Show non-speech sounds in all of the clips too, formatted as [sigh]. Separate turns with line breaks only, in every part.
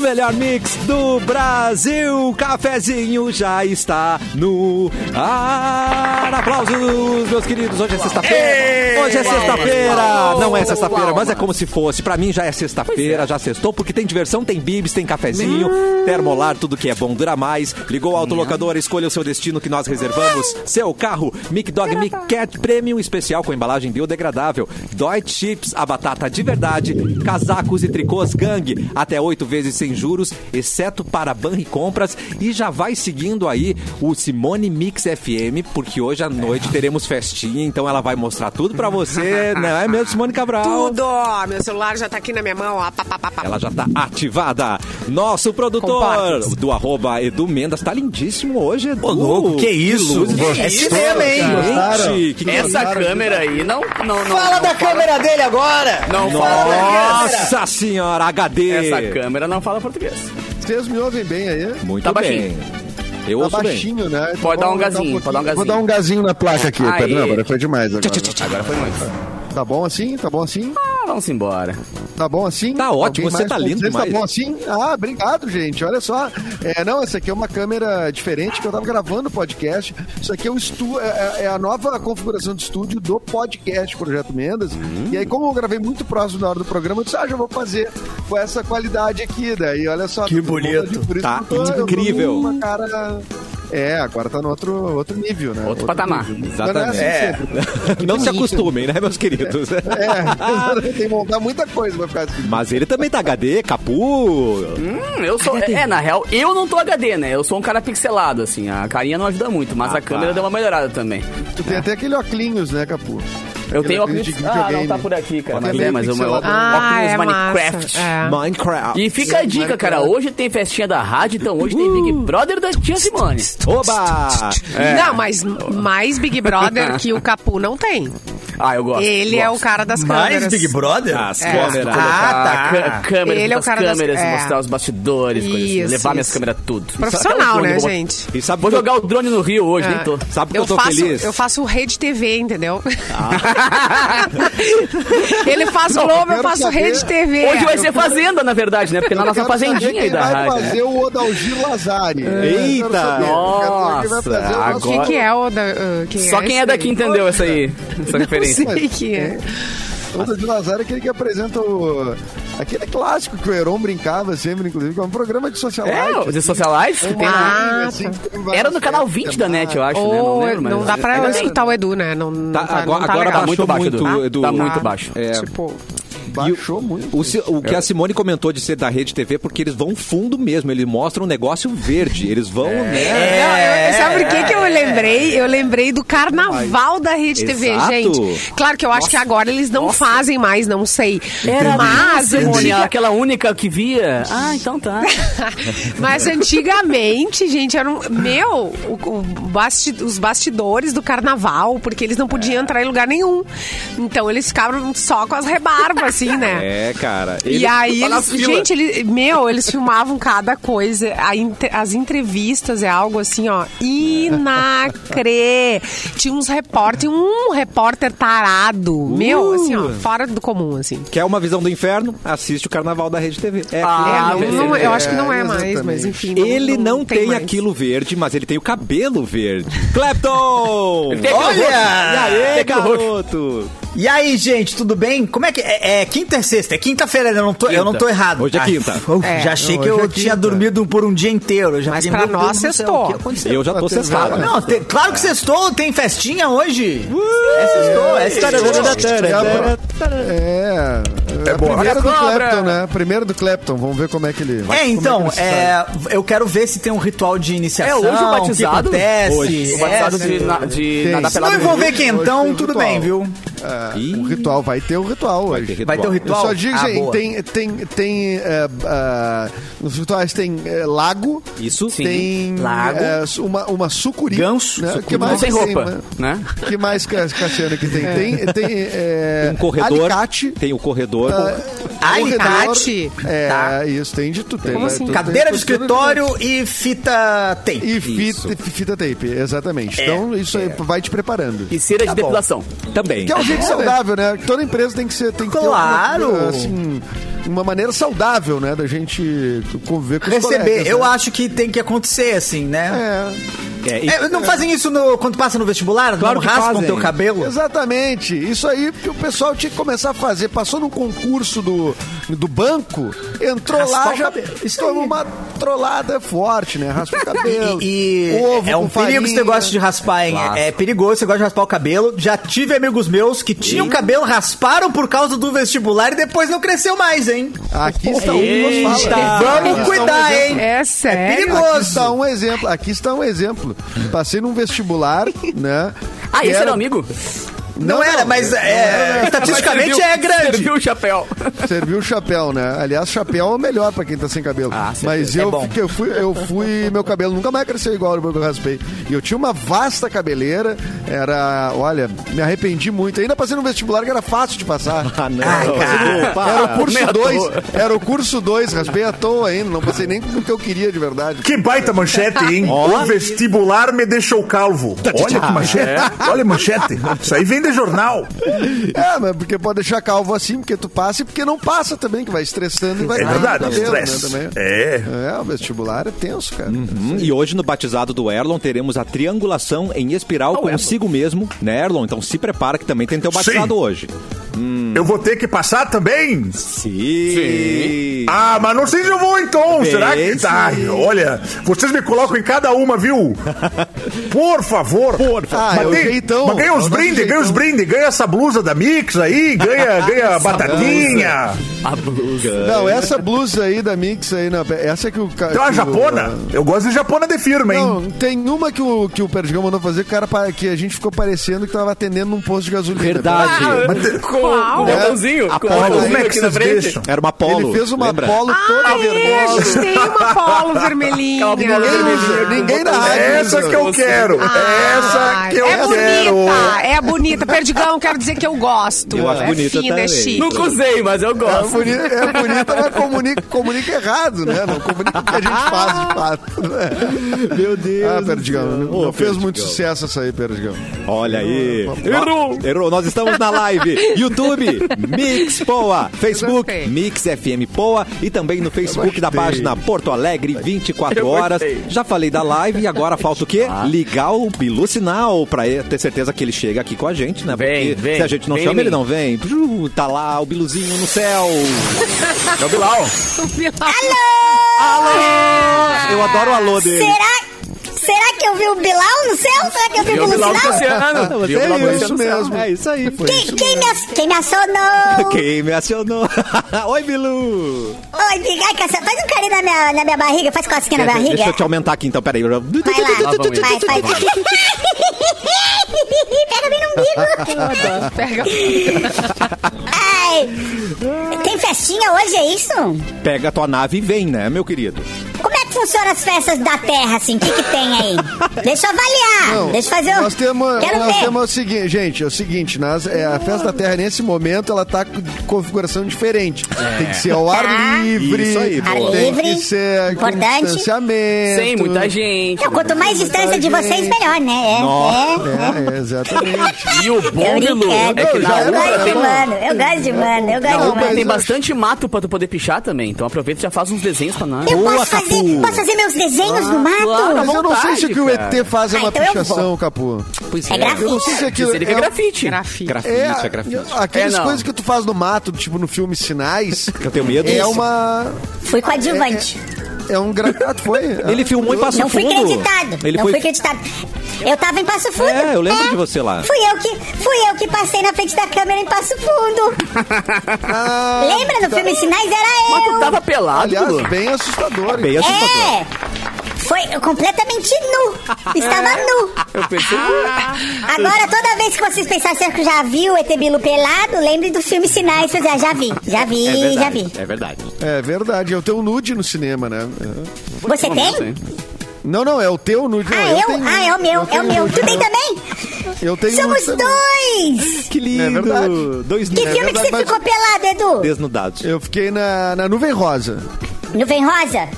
melhor mix do Brasil. O cafezinho já está no ar. Aplausos, meus queridos. Hoje é sexta-feira. Hoje é sexta-feira. Não é sexta-feira, mas é como se fosse. Pra mim já é sexta-feira, já sextou, porque tem diversão, tem bibs, tem cafezinho, termolar, tudo que é bom dura mais. Ligou o autolocador, escolha o seu destino que nós reservamos. Seu carro, Mic Dog Mic Cat Premium especial com embalagem biodegradável. Dói Chips, a batata de verdade, casacos e tricôs gangue, até oito vezes sem juros, exceto para banri compras. E já vai seguindo aí o Simone Mix FM, porque hoje à noite teremos festinha, então ela vai mostrar tudo pra você, não é mesmo, Simone Cabral?
Tudo! Meu celular já tá aqui na minha mão, ó. Pá, pá, pá, pá.
Ela já tá ativada. Nosso produtor
Compartas.
do arroba Edu Mendas tá lindíssimo hoje, Edu.
Ô, louco, que isso?
luzes
Que
gostosa,
é cinema, hein?
gente.
Gostaram?
que
Essa câmera aí não. não, não
Fala
não
da câmera dele agora!
Não fala português.
Nossa senhora, HD.
Essa câmera não fala português.
Vocês me ouvem bem aí?
Muito
Tá
bem.
baixinho.
Eu
Tá
ouço bem.
baixinho, né?
Pode dar um
vou
gazinho,
pouquinho.
pode dar um
Vou
gazinho.
dar um gazinho na placa aqui,
Aê.
Pedro. Não, agora foi demais. Agora.
Agora foi muito.
Tá bom assim? Tá bom assim?
Ah, vamos embora.
Tá bom assim?
Tá ótimo,
Alguém
você
mais
tá
com
lindo
vocês? Tá
demais.
bom assim? Ah, obrigado, gente. Olha só. É, não, essa aqui é uma câmera diferente que eu tava gravando o podcast. Isso aqui é, o estu... é, é- é a nova configuração de estúdio do podcast Projeto Mendes.
Hum.
E aí, como eu gravei muito próximo da hora do programa, eu disse, ah, já vou fazer com essa qualidade aqui. Daí, olha só.
Que
tudo bom,
bonito.
por isso
Tá
que eu tô- eu tô
incrível.
numa cara... É, agora tá no outro, outro nível, né?
Outro patamar.
nível.
Exatamente.
Mas não é assim
[laughs]
sempre.
Não se acostumem, né, meus queridos?
É, [laughs] tem que montar muita coisa pra ficar assim.
Mas ele também tá HD, capu.
Hum, eu sou. É, na real, eu não tô HD, né? Eu sou um cara pixelado, assim. A carinha não ajuda muito, mas
Ah,
a câmera
tá.
deu uma melhorada também.
Tu tem até aquele óculos, né, Capu?
Eu tenho
Aquele
óculos.
de
Ah,
videogame.
não tá por aqui, cara. Mas
Óculos
é, mas o meu óculos
pixelado.
Ah, é
Minecraft.
massa, é.
Minecraft.
E fica a dica, cara. Hoje tem festinha da rádio, então hoje tem Big Brother da Tia Simone.
Oba!
Não, mas mais Big Brother que o Capu não tem.
Ah, eu gosto.
Ele é o cara das câmeras.
Mais Big Brother?
As
É.
câmeras.
Ah,
Ah,
tá.
tá. câmeras,
Ele é o
das
cara das-
câmeras,
é.
mostrar os bastidores, coisas assim,
Isso,
levar minhas
isso.
câmeras tudo. Até o
Profissional,
drone,
né,
vou-
gente? É.
E sabe
Vou
que eu-
jogar um- o drone no Rio hoje, nem tô.
Sabe que eu tô
faço,
feliz?
Eu faço rede TV, entendeu? Ele faz Globo, eu
quero
faço
saber-
rede TV.
Hoje vai ser fazenda, na verdade, né? Porque na nossa
Quero saber
fazendinha aí
quem
da
vai
rádio. né?
fazer o Odalgir Lazari.
Eita!
Nossa,
O que, que é o da, uh, quem
Só quem
esse
é daqui
daí?
entendeu essa aí, essa referência.
Não sei que é.
O Odalgir Lazari é aquele que apresenta o... Aquele clássico que o Heron brincava sempre, inclusive, que é um programa de socialite.
É, os socialites que tem na...
Ah,
assim, que tem várias
Era no canal
festas,
20 da NET, eu acho, né? Não
Ou
lembro, mas...
não dá pra
Ainda bem.
escutar o Edu, né? Não, não
Tá,
tá, não
agora
tá
agora
legal.
baixou
baixou
muito,
muito,
tá?
Edu.
Tá muito baixo.
É.
Tipo,
Baixou muito.
O, si- o que a Simone comentou de ser da Rede TV, porque eles vão fundo mesmo, eles mostram um negócio verde. Eles vão, né?
é, Não, eu- sabe por que, que eu lembrei? Eu lembrei do carnaval da Rede TV,
Exato.
gente. Claro que eu acho que agora eles não fazem mais, não sei.
Era
mas,
Mas, Simone,
antiga-
aquela única que via. Ah, então tá.
mas antigamente, gente, eram. Meu, o- o basti- os bastidores do carnaval, porque eles não podiam entrar em lugar nenhum. Então eles ficavam só com as rebarbas,
[laughs]
assim, né?
É, cara.
E aí,
tá na
eles,
fila.
gente, ele, meu, eles filmavam cada coisa. A inte- as entrevistas é algo assim, ó, inacrê. Tinha uns repórter, um repórter tarado. Meu, assim, ó, fora do comum, assim.
Quer uma visão do inferno? Assiste o carnaval da Rede TV. É
Ah,
É, não-
beleza.
não- eu acho que não é
É,
mais,
exatamente.
mas enfim.
Ele não, tem,
mais.
aquilo verde, mas ele tem o cabelo verde. Clapton!
Tem aquele
Olha!
rosto.
E aí,
Tem aquele rosto.
garoto?
E aí, gente, tudo bem? Como é que. É, é quinta e sexta? É quinta-feira, eu, não tô- eu não tô errado. Ah,
Hoje é quinta.
[laughs] uf,
É.
já achei
Não,
que
hoje
eu
é
tinha
quinta.
dormido por um dia inteiro. Eu Já
Mas
fiquei,
pra
meu
nós,
Deus do céu,
sextou.
o que aconteceu?
Eu já tô
Tá
cessado. né?
pesado.
Não, te- claro que sextou, tem festinha hoje. é sextou, é sextou.
É. É
boa.
Primeiro do
Olha a cobra.
Clapton, né? Primeiro do Clapton. Vamos ver como é que ele...
É,
como
então,
que ele se sai.
é, eu quero ver se tem um ritual de iniciação.
É hoje o
que
batizado?
acontece.
Hoje.
O batizado
é,
de,
se-
na, de
Tem.
nadar
Se
pelado
não
no
envolver
Rio.
Hoje tem um
quentão, tudo
ritual.
bem, viu?
Ih,
O ritual, vai ter o ritual hoje.
Vai ter o
Eu
ritual.
só digo,
Ah,
gente,
boa.
tem, tem, tem eh, ah, nos rituais tem eh, lago,
Isso sim.
tem
Lago.
eh, uma, uma sucuri.
Ganso,
né?
sucuri.
Que mais
Não sem
que tem,
roupa,
né?
né?
que mais, Ca- Cassiano, que tem? Tem, tem eh,
Um corredor. Ah,
alicate. Tá. eh,
Tem o corredor.
Alicate?
corredor, É,
Tá.
isso, tem de tudo. Tem,
Como
né?
assim?
Tudo
Cadeira
tem,
de
tudo tem.
escritório e fita tem.
E
Isso.
fita, fita tape, exatamente. então, isso aí vai te preparando.
E cera de depilação.
Também.
é Que é um jeito saudável, né? Toda empresa tem que ser. Tem que ter
É. Claro.
alguma coisa, assim, uma maneira saudável, né? Da gente conviver com os
Receber,
colegas,
eu
né?
acho que tem que acontecer, assim, né?
É,
É, e-
É, não fazem isso no- quando passa no vestibular?
Claro
não
que
raspam
fazem.
teu cabelo?
exatamente. Isso aí que o pessoal tinha que começar a fazer. Passou num concurso do, do banco, entrou
Raspar
lá,
o
já
cabelo. Isso
tomou
aí.
uma trollada forte, né?
[laughs]
Raspa o cabelo.
E, e
ovo
é um
com
perigo esse
farinha.
negócio de raspar, hein?
Claro.
É perigoso esse negócio de raspar o cabelo. Já tive amigos meus que tinham cabelo, rasparam por causa do vestibular e depois não cresceu mais, hein?
Aqui está um que nos
Eita. Vamos
fala. Aqui está um
cuidar,
exemplo.
hein?
É sério.
perigo-
Aqui está um exemplo. Aqui está um exemplo. Passei num vestibular, [laughs] né?
Ah,
que
esse era o amigo?
Não, era, mas é, estatisticamente
Serviu-
é grande.
Serviu o chapéu.
Serviu o chapéu, né? Aliás, chapéu é o melhor pra quem tá sem cabelo.
Ah, certeza.
Mas
É
eu,
bom.
fiquei- eu fui, eu fui, meu cabelo nunca mais cresceu igual ao que eu raspei. E eu tinha uma vasta cabeleira, era, olha, me arrependi muito. Ainda passei no vestibular que era fácil de passar.
[laughs]
Ah, não.
Era o
Nem
curso
à
2,
toa.
era o curso 2, raspei à toa ainda, não passei nem com o que eu queria de verdade.
Que baita manchete,
[laughs]
hein? O vestibular me deixou calvo.
Tá,
Olha que manchete. Olha a manchete. Isso aí vem de jornal.
É, mas porque pode deixar calvo assim, porque tu passa e porque não passa também, que vai estressando e vai
É verdade,
cabelo,
estresse.
Ah, né, também.
É.
É, o vestibular é tenso, cara.
Hum, E hoje no batizado do Erlon teremos a triangulação em espiral consigo mesmo, né, Erlon? Então se prepara que também tem teu batizado
Sim.
hoje.
Hum.
Eu vou ter que passar também?
Sim.
Ah, mas não sei se eu vou então. Será que.
Bem, sim.
Tá, olha, vocês me colocam em cada uma,
[laughs]
viu? Por favor. Por
favor. Ah, é o jeitão.
Mas ganha
É
os
o nosso
brindes, ganha os
jeitão.
brindes. Ganha essa blusa da Mix aí, ganha,
[laughs]
ganha batatinha.
A blusa.
Não, essa blusa aí da Mix aí, na, essa é que o cara.
Tem uma japona. Eu gosto de japona de firma, hein?
Não, tem uma que o, que o Perdigão mandou fazer, que o cara, pa- que a gente ficou parecendo que tava atendendo num posto de gasolina. Ah,
Verdade.
Com com É o botãozinho. Com o
é
tá
botãozinho aqui na frente.
Era uma polo.
Ele fez uma
lembra?
polo toda
Ah, é, a gente
vermelha.
tem uma polo vermelhinha. É
Aquela bola
Ninguém
vermelhinha.
usa, ninguém na
Ah,
rádio.
Essa
usa.
que eu quero. Essa
Ah,
que eu
é
quero.
bonita, é bonita. Perdigão, quero dizer que eu gosto.
Eu acho
é
bonita
fina, é
também.
chique.
Nunca usei, mas eu
É
gosto.
bonita, é bonita, mas comunica, comunica errado, né? Não comunica o que a gente faz de fato. né?
Meu Deus.
Ah, Perdigão, não,
Ô,
não fez muito
Perdigão.
sucesso essa aí, Perdigão.
Olha aí. Errou. Errou. Nós estamos na live.
[laughs]
YouTube, Mix Poa. Facebook,
Gostei.
Mix FM Poa. E também no Facebook da
gostei.
página Porto Alegre, 24
Eu
horas.
gostei. Ah.
Já falei da live e agora falta o quê? Ligar o Bilu Sinal pra ter certeza que ele chega aqui com a gente, né?
Vem,
Porque
vem,
se a gente não
vem
chama,
em
ele
mim.
não vem. Piu, Tá lá o Biluzinho no céu.
[laughs] É o Bilal.
Alô! Eu adoro o alô dele.
Será, será que eu vi o Bilal no céu? Será que eu vi
Viu
o
o Bilal
Bilal?
do
Ah,
Luciano.
mas
Viu o Bilal do
é isso
Luciano.
mesmo. É isso aí, foi.
Quem, quem me, ass- quem me
[laughs]
acionou?
Quem me acionou? Oi, Bilu!
Oi, Biga, ai, caça- faz um carinho na minha, na minha barriga, faz cosquinha na
Deixa-
barriga.
Deixa eu te aumentar aqui então, peraí.
Vai lá,
Lá vamos
vai,
eles.
faz. Pega bem no [laughs] umbigo.
Pega.
Ai, tem festinha hoje, é isso? Como
Pega a tua nave e vem, né, meu querido?
é que funcionam as festas da terra, assim? O que, que tem aí? Deixa eu avaliar,
Não,
deixa eu fazer um...
Nós temos,
Quero
nós
ver.
temos o seguinte, gente, é o seguinte, nós, é, a festa da Terra nesse momento ela tá com configuração diferente. Tem que ser ao
Tá.
ar livre,
É. Isso aí,
boa. Ar
tem
livre,
que ser com
importante.
distanciamento.
Sem muita gente.
Não, quanto mais distância de vocês, melhor, né? É,
Nossa.
É, é,
[laughs]
exatamente.
E o
Eu
bom, Bilu, é que na
já era,
gosto
Ubra
de
tem...
mano, eu gosto de mano, eu gosto
Na
de
Ubra
mano.
tem um
mas-
bastante mato pra tu poder pichar também. Então aproveita e já faz uns desenhos pra nós.
Eu
Boa,
posso
Capu.
fazer, posso fazer meus desenhos no mato?
Tá
claro,
Mas eu não sei
vontade,
se o que o
cara.
ET faz é
Ah,
uma
então eu
pichação, Capu.
Pois
É grafite.
Eu não sei se aquilo
Isso ele é grafite.
Grafite.
Grafite,
É,
é grafite.
aquelas
É, não.
coisas que tu faz no mato, tipo no filme Sinais,
Eu tenho medo.
é uma.
Fui coadjuvante.
É um grafite, foi?
Ele filmou em é, Passo
Não fui
Fundo.
acreditado.
Ele
não
foi...
fui acreditado. Eu tava em Passo Fundo.
É, eu lembro de você lá.
Fui eu, que, fui eu que passei na frente da câmera em Passo Fundo.
Ah,
Lembra do filme Sinais?
Mas
Era
tu tá-
eu.
tava pelado, Bilu.
Aliás, bem assustador.
Tá Bem assustador.
É. Foi completamente nu. Estava nu.
Eu percebi.
Agora, toda vez que vocês pensassem que eu já vi o ET Bilu pelado, lembre do filme Sinais. Vocês já, já vi, já vi,
É
já vi.
verdade, é verdade.
É verdade, é o teu nude no cinema, né? É.
Você tem?
Não, não, é o teu nude. não,
Ah, eu?
tenho
Ah, é o
nude.
meu,
Eu
é
tenho
o meu.
nude,
Tu tem
eu-
também?
Eu tenho
Somos
nude também.
dois!
Que lindo.
É verdade.
Dois
Que
nudes
filme que você
mas-
ficou pelado, Edu?
desnudados.
Eu fiquei na, na Nuvem Rosa.
Nuvem Rosa?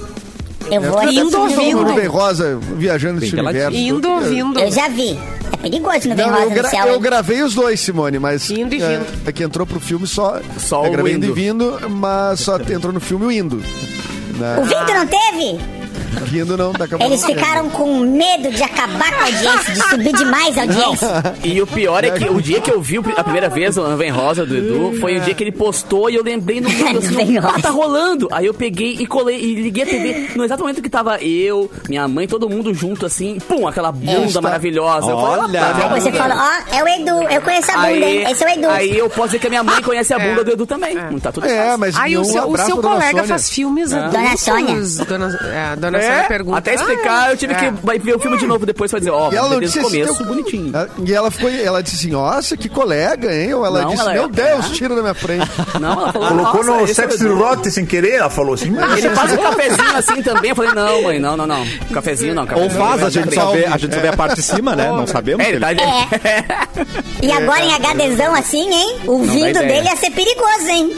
Eu vou
Eu
ali.
Indo
fiquei na
É
ouvindo.
Nuvem Rosa, viajando esse
Bem
universo.
Indo ouvindo.
Eu já vi. É perigoso não ver
Não,
rosa
eu,
no
gra-
céu.
eu gravei os dois, Simone, mas.
Indo e
é,
vindo.
É, que entrou pro filme só.
Só
eu
o
gravei indo e
indo.
vindo, mas só entrou no filme o indo.
O Vindo não teve?
Indo Ah. não, tá acabando.
Eles ficaram com medo de acabar com a audiência, de subir demais a audiência.
E o pior é que o dia que eu vi a primeira vez o Nuvem Rosa do Edu foi o dia que ele postou e eu lembrei
[laughs]
no mundo assim,
Nuvem Rosa.
ah, tá rolando. Aí eu peguei e colei e liguei a TV no exato momento que tava eu, minha mãe, todo mundo junto assim, pum, aquela bunda
Está.
maravilhosa. Eu falei,
Olha.
"Ah, tá,
Aí você falou, ó, é o Edu, eu conheço a bunda, hein? Esse é o Edu.
aí eu posso dizer que a minha mãe conhece a bunda do Edu também. Não Tá tudo
É,
certo.
mas
Aí o
nenhum
seu, o
abraço,
seu
dona
colega
Sônia.
faz filmes adultos.
Dona Sônia.
Dona, é, a dona
É,
Sônia pergunta.
até explicar, eu tive
Ah,
que vai ver o filme de novo depois pra dizer, ó,
E ela não
desde
disse
o
assim,
começo,
teu-
bonitinho.
[laughs] Ah, E ela ficou, ela disse assim, nossa, que colega, hein? Ou ela
Não,
disse,
ela-
meu Deus,
Ah.
tira da
[laughs]
minha frente.
Não, ela falou,
Colocou
"Nossa,
no
esse é o
sexo de
Edu."
rote sem querer, ela falou assim. Mas
Ele faz um cafezinho assim também. Eu falei, não, mãe, não, não, não. Cafezinho não,
Ou
cafezinho.
faz, a
não,
gente só vê a, gente só vê a parte de cima, né? Não sabemos.
É, ele
que
tá
ele-
é. [laughs]
E
É,
agora em HDzão assim, hein? O vindo
ideia.
dele ia ser perigoso, hein?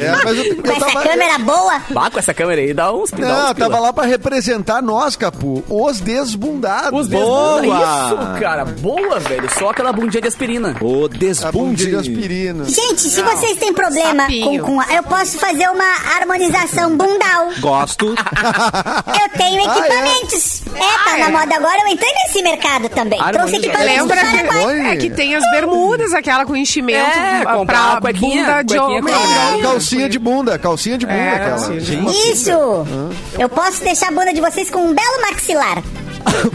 É, mas eu, eu
Com essa
tava-
câmera boa.
Vá com essa câmera aí, dá uns dá
Não,
uns
eu
pila.
tava lá pra representar nós, Capu. Os desbundados.
Os dedos.
Boa!
Isso, cara. Boa, velho. Só aquela bundinha de aspirina.
O
A bundinha de
desbunde.
aspirina.
Gente, se vocês têm problema com,
Sapinho.
com a- Eu posso fazer uma harmonização bundal.
Gosto.
Eu tenho
Ah, é?
equipamentos. é? tá
Ah,
na
é?
moda agora, eu entrei nesse mercado também. Trouxe
Harmonização.
equipamentos do
Lembra que,
Paraguai.
Oi.
é que tem as bermudas, aquela com enchimento
É,
pra-
comprar
pra
uma cuequinha,
bunda de
cuequinha
homem.
com
Cal- Calcinha de bunda, calcinha de bunda,
É,
aquela.
calcinha de
Uma-
Isso!
Ah.
Eu posso deixar a bunda de vocês com um belo maxilar.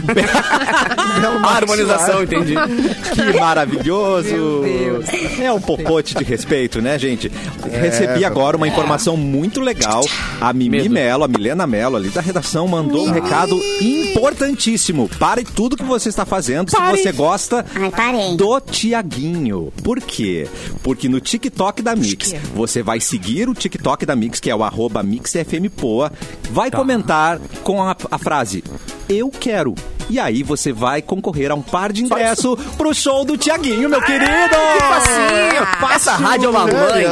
belo maxilar.
harmonização, entendi.
[laughs] Que maravilhoso!
Meu Deus. É,
É um popote de respeito, né, gente? Recebi agora uma informação muito legal. A Mimi
Medo.
Melo, a Milena Melo, ali da redação, mandou um recado importantíssimo. Pare tudo que você está fazendo
Pare.
se você gosta
Ai, parei.
do Tiaguinho. Por quê? Porque no TikTok da Mix, você vai seguir o TikTok da Mix, que é o arroba MixFMPoa, vai comentar com a, a frase Eu quero. E aí você vai concorrer a um par de ingresso pro show do Tiaguinho, meu querido!
Passa a rádio é uma mãe, cara. Tá,
Tá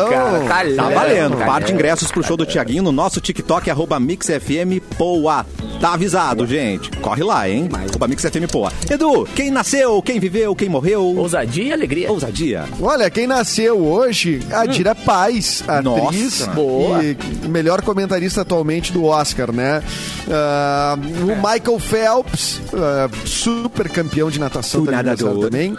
louco,
valendo.
cara. É.
Par de ingressos pro show do Tiaguinho no nosso TikTok, arroba MixFMPoa. Tá avisado, gente. Corre lá, hein? Arroba MixFMPoa. Edu, quem nasceu, quem viveu, quem morreu?
Ousadia e alegria.
Ousadia.
Olha, quem nasceu hoje, Adira Paz, atriz
Nossa.
Boa.
e melhor comentarista atualmente do Oscar, né? Ah,
É.
o Michael Phelps, ah, super campeão de natação
O
tá de aniversário
nadador.
também.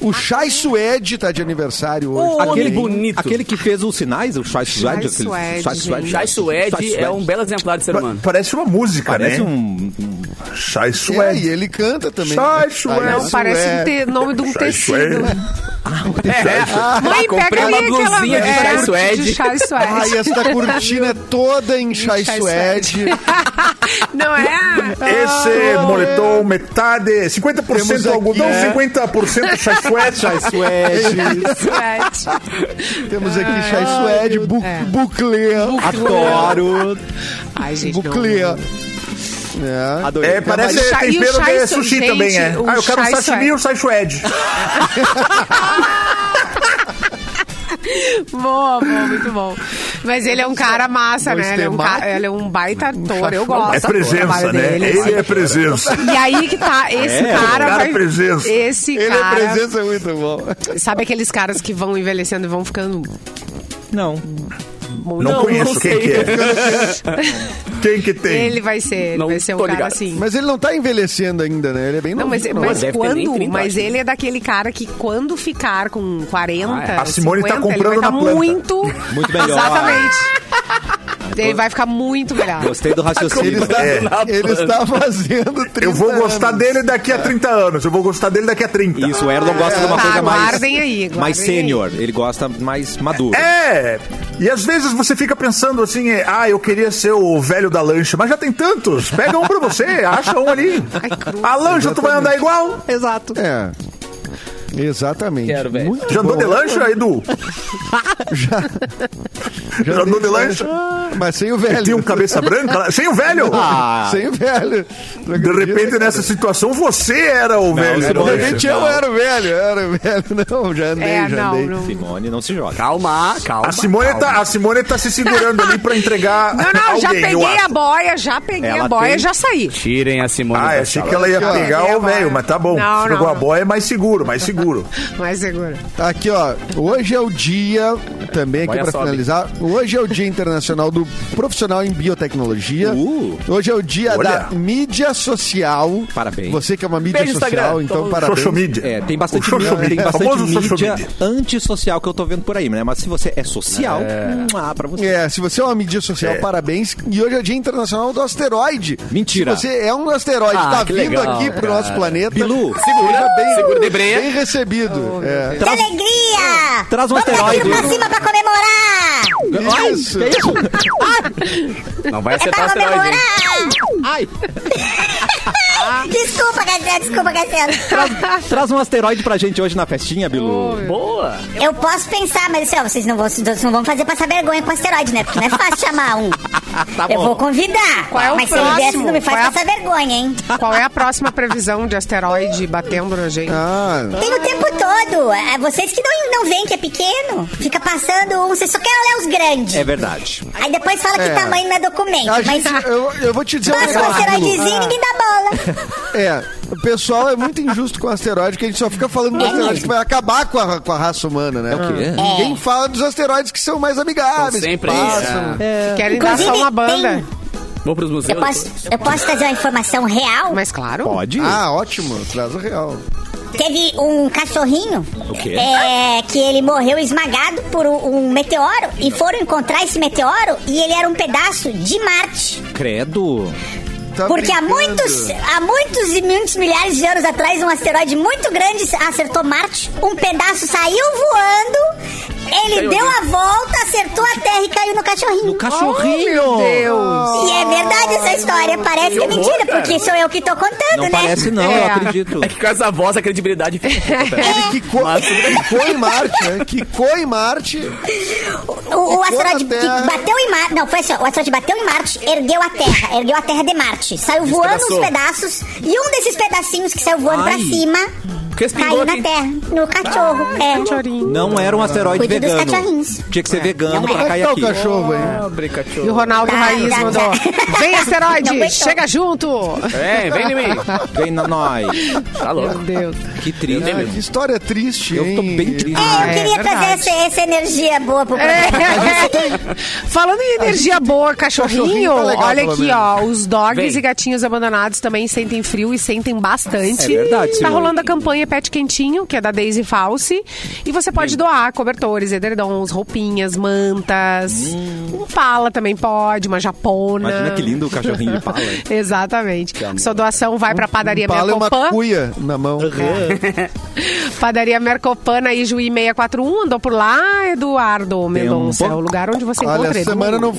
O Chai Suede tá de aniversário hoje.
Oh,
também.
Aquele bonito.
Aquele que fez os sinais, o Chai Suede. aquele-
Suede,
Chai
gente.
Jai Suede é um belo exemplar de ser humano.
Parece uma música,
Parece
né?
um.
Chai
É, e
Suede.
ele canta também. né? é Chai
Chai Suede.
Não,
é.
parece um te- nome de um
Chai
tecido.
Suede.
[laughs]
Mãe,
Ah, Comprei
pega ali
uma
aquela...
blusinha de chai
é,
suede.
de chai
[laughs]
Ai,
suede.
essa cortina é toda em Chai
Chai
Suede.
Não é?
Esse moletom, metade, 50%
Temos
algodão,
aqui, é.
50% chai suede.
Chai
É,
Suede.
Suede.
Temos aqui Chai Suede, bu
Ah, É.
Buclê.
Adoro.
Ai, gente, não.
Buclê. É.
Adorei.
É, parece
o chai- e o
tempero
chai
de
su-
sushi
gente,
também, é.
o
Ah, eu quero
chai
sashimi
suede.
e o chai suede.
Boa, boa, muito bom. Mas ele é um cara massa,
Vou
né? Ele é um,
extremar.
ca- ele é um baita ator, eu gosto. do trabalho
É presença, né?
dele,
Ele
assim.
é presença.
E aí que tá, esse
É,
cara,
o cara
vai...
é presença.
Esse
Ele é
cara...
presença muito bom.
Sabe aqueles caras que vão envelhecendo e vão ficando...
Não.
Não, conheço
não
quem
sei.
que é. quem que tem?
Ele é vai ser, ele
Não
vai ser um
tô
cara
ligado.
assim.
Mas ele não tá envelhecendo ainda, né? Ele é bem
Não, mas,
novinho, não.
mas
deve ter nem
quando?
30,
mas
acho.
ele é daquele cara que quando ficar com 40,
Ah, é.
A Simone tá
50, ele
comprando
vai tá
na planta.
muito...
Muito melhor.
[laughs]
Exatamente. Ele vai ficar muito melhor.
Gostei do
Ele
raciocínio.
tá- É.
Na
Ele
planta.
está fazendo 30
Eu vou gostar
anos.
dele daqui a 30 anos. Eu vou gostar dele daqui a 30.
Isso, o Erlon gosta de uma
Tá,
coisa mais.
guardem aí, guardem
mais
aí.
sênior. Ele gosta mais maduro.
É, e às vezes você fica pensando assim, é, ah, eu queria ser o velho da lancha, mas já tem tantos. Pega um pra você, acha um ali.
cruz.
A lancha tu vai andar igual?
Exato.
É. Exatamente.
Quero, velho.
Muito
Já andou
bom.
de lancha, Edu? Já,
Já
andou
dei
de lancha?
Mas sem o velho.
Tem um cabeça branca lá. Sem o velho!
Ah, Sem o velho.
De repente, nessa situação, você era o velho.
Simone.
De
Era o velho.
repente eu era o velho, eu era o velho. Não, já andei,
É,
já
não,
andei.
não.
Simone, não se joga.
Calma, calma.
A Simone,
calma.
tá, a Simone tá se segurando ali pra entregar.
[laughs] Não, não, já
alguém, eu
peguei
acho.
a boia, já peguei
Ela
a boia
tem-
já saí.
Tirem a Simone.
Ah,
da
achei
sala.
que ela ia
Aqui, ó.
pegar o velho, mas tá bom.
Não,
Se Pegou
não,
a
não.
boia, é mais seguro, mais seguro.
Mais segura.
Tá Aqui, ó. Hoje é o dia, também aqui
Olha
pra
só,
finalizar. Hoje é o Dia Internacional do Profissional em Biotecnologia.
Uh.
Hoje é o dia
Olha.
da mídia social.
Parabéns.
Você que é uma mídia
Beijo,
social,
Instagram.
então
Tô-
parabéns.
Social media.
É, tem bastante,
O social
tem
media,
bastante
famoso social
mídia
media.
antissocial que eu tô vendo por aí, né? Mas se você é social, ah, pra você.
É, se você é uma mídia social,
É.
parabéns. E hoje é o Dia Internacional do Asteroide.
Mentira.
Se você é um asteroide,
Ah,
tá
que
vindo
legal,
aqui pro nosso planeta.
Bilu,
Segura bem,
segura de breia.
bem recebido. é.
Que alegria!
Traz um
Vamos dar tiro
asteroide.
pra cima pra comemorar!
Isso.
Não vai
É
acertar o
pra
asteroide, hein?
comemorar!
Ai,
[laughs]
[laughs]
Desculpa, Cassiano, desculpa, Cassiano.
traz, traz um asteroide pra gente hoje na festinha, Bilu.
Boa!
Eu posso pensar, mas assim, ó, vocês não vão, vocês não vão fazer passar vergonha com asteroide, né? Porque não é fácil chamar
[laughs]
um. Eu vou convidar.
Tá Qual é o
mas se ele viesse,
próximo?
não me faz
Qual é a-
passar vergonha, hein?
Qual é a próxima previsão de asteroide batendo na gente?
Ah,
Tem o tempo todo. É vocês que não, não veem que é pequeno. Fica passando um, vocês só querem olhar os grandes.
É verdade.
Aí depois fala
É.
que tamanho não é documento.
a
mas
gente, eu, eu vou te dizer um
passa um
negócio. Bilu.
asteroidezinho e ninguém
[laughs]
dá bola.
É, o pessoal é muito injusto com o asteroide, que a gente só fica falando dos
É
asteroides
mesmo.
que vai acabar com a, com a raça humana, né?
É quê?
Ninguém fala dos asteroides que são mais amigáveis. que
Sempre
passam.
isso.
Querem dar só
Inclusive,
uma banda.
Vou pros museus.
Eu posso, eu posso trazer uma informação real?
Mas claro.
Pode?
Ah, ótimo, traz o real.
Teve um cachorrinho
O quê?
é, que ele morreu esmagado por um, um meteoro e foram encontrar esse meteoro e ele era um pedaço de Marte.
Credo.
Tá
Porque há
brincando.
muitos, há muitos e muitos milhares de anos atrás, um asteroide muito grande acertou Marte, um pedaço saiu voando, ele
Caiu
deu
ali.
a volta, acertou a terra e caiu no cachorrinho.
O cachorrinho.
Meu Deus.
E é verdade essa história, parece que é mentira, porque sou eu que tô contando,
Não
né?
parece não,
É.
eu acredito.
É que com essa voz, a credibilidade fica.
é.
Ele quicou, quicou em Marte, né? Quicou em Marte.
O, o
Ficou
asteroide
na Terra.
que bateu em Marte. Não, foi assim, ó, o asteroide bateu em Marte, ergueu a Terra, ergueu a Terra de Marte. Saiu voando uns pedaços, e um desses pedacinhos que saiu voando
Ai.
pra cima
Respingou
caiu na
aqui.
Terra, no cachorro. é.
Chorinho.
Não era um asteroide
Cuide dos
vegano.
cachorrinhos.
Tinha que ser vegano
Não é.
pra
Onde
cair
tá o
aqui.
cachorro aí?
Abre,
E o
cachorro.
Ronaldo
Tá,
Raiz
já,
mandou.
já.
Vem,
Não
asteroide!
aguentou.
Chega junto!
É, vem de mim.
Vem na nós.
Tá louco.
Meu Deus.
Que triste.
Ah, que história triste,
Eu
hein?
tô bem triste.
É, eu
é
queria
verdade.
trazer essa, essa energia boa pro programa.
É. [laughs] Falando em energia boa, cachorrinho,
cachorrinho tá legal,
olha
pelo
aqui,
menos.
ó. Os dogs
Vem.
e gatinhos abandonados também sentem frio e sentem bastante.
É verdade,
Tá
Simone.
rolando a campanha Pet Quentinho, que é da Daisy False. E você pode doar cobertores, edredons, roupinhas, mantas.
Hum.
Um pala também pode, uma japona.
Imagina que lindo o cachorrinho de pala.
[laughs] Exatamente. Sua doação vai pra padaria
Fala Um é uma
Mercopan.
cuia na mão.
Uhum.
Padaria Mercopana e Juí 641, andou por lá, Eduardo Mendonça.
Tempo.
É o lugar onde você
um Olha,
encontra Edu.
essa semana, eu não,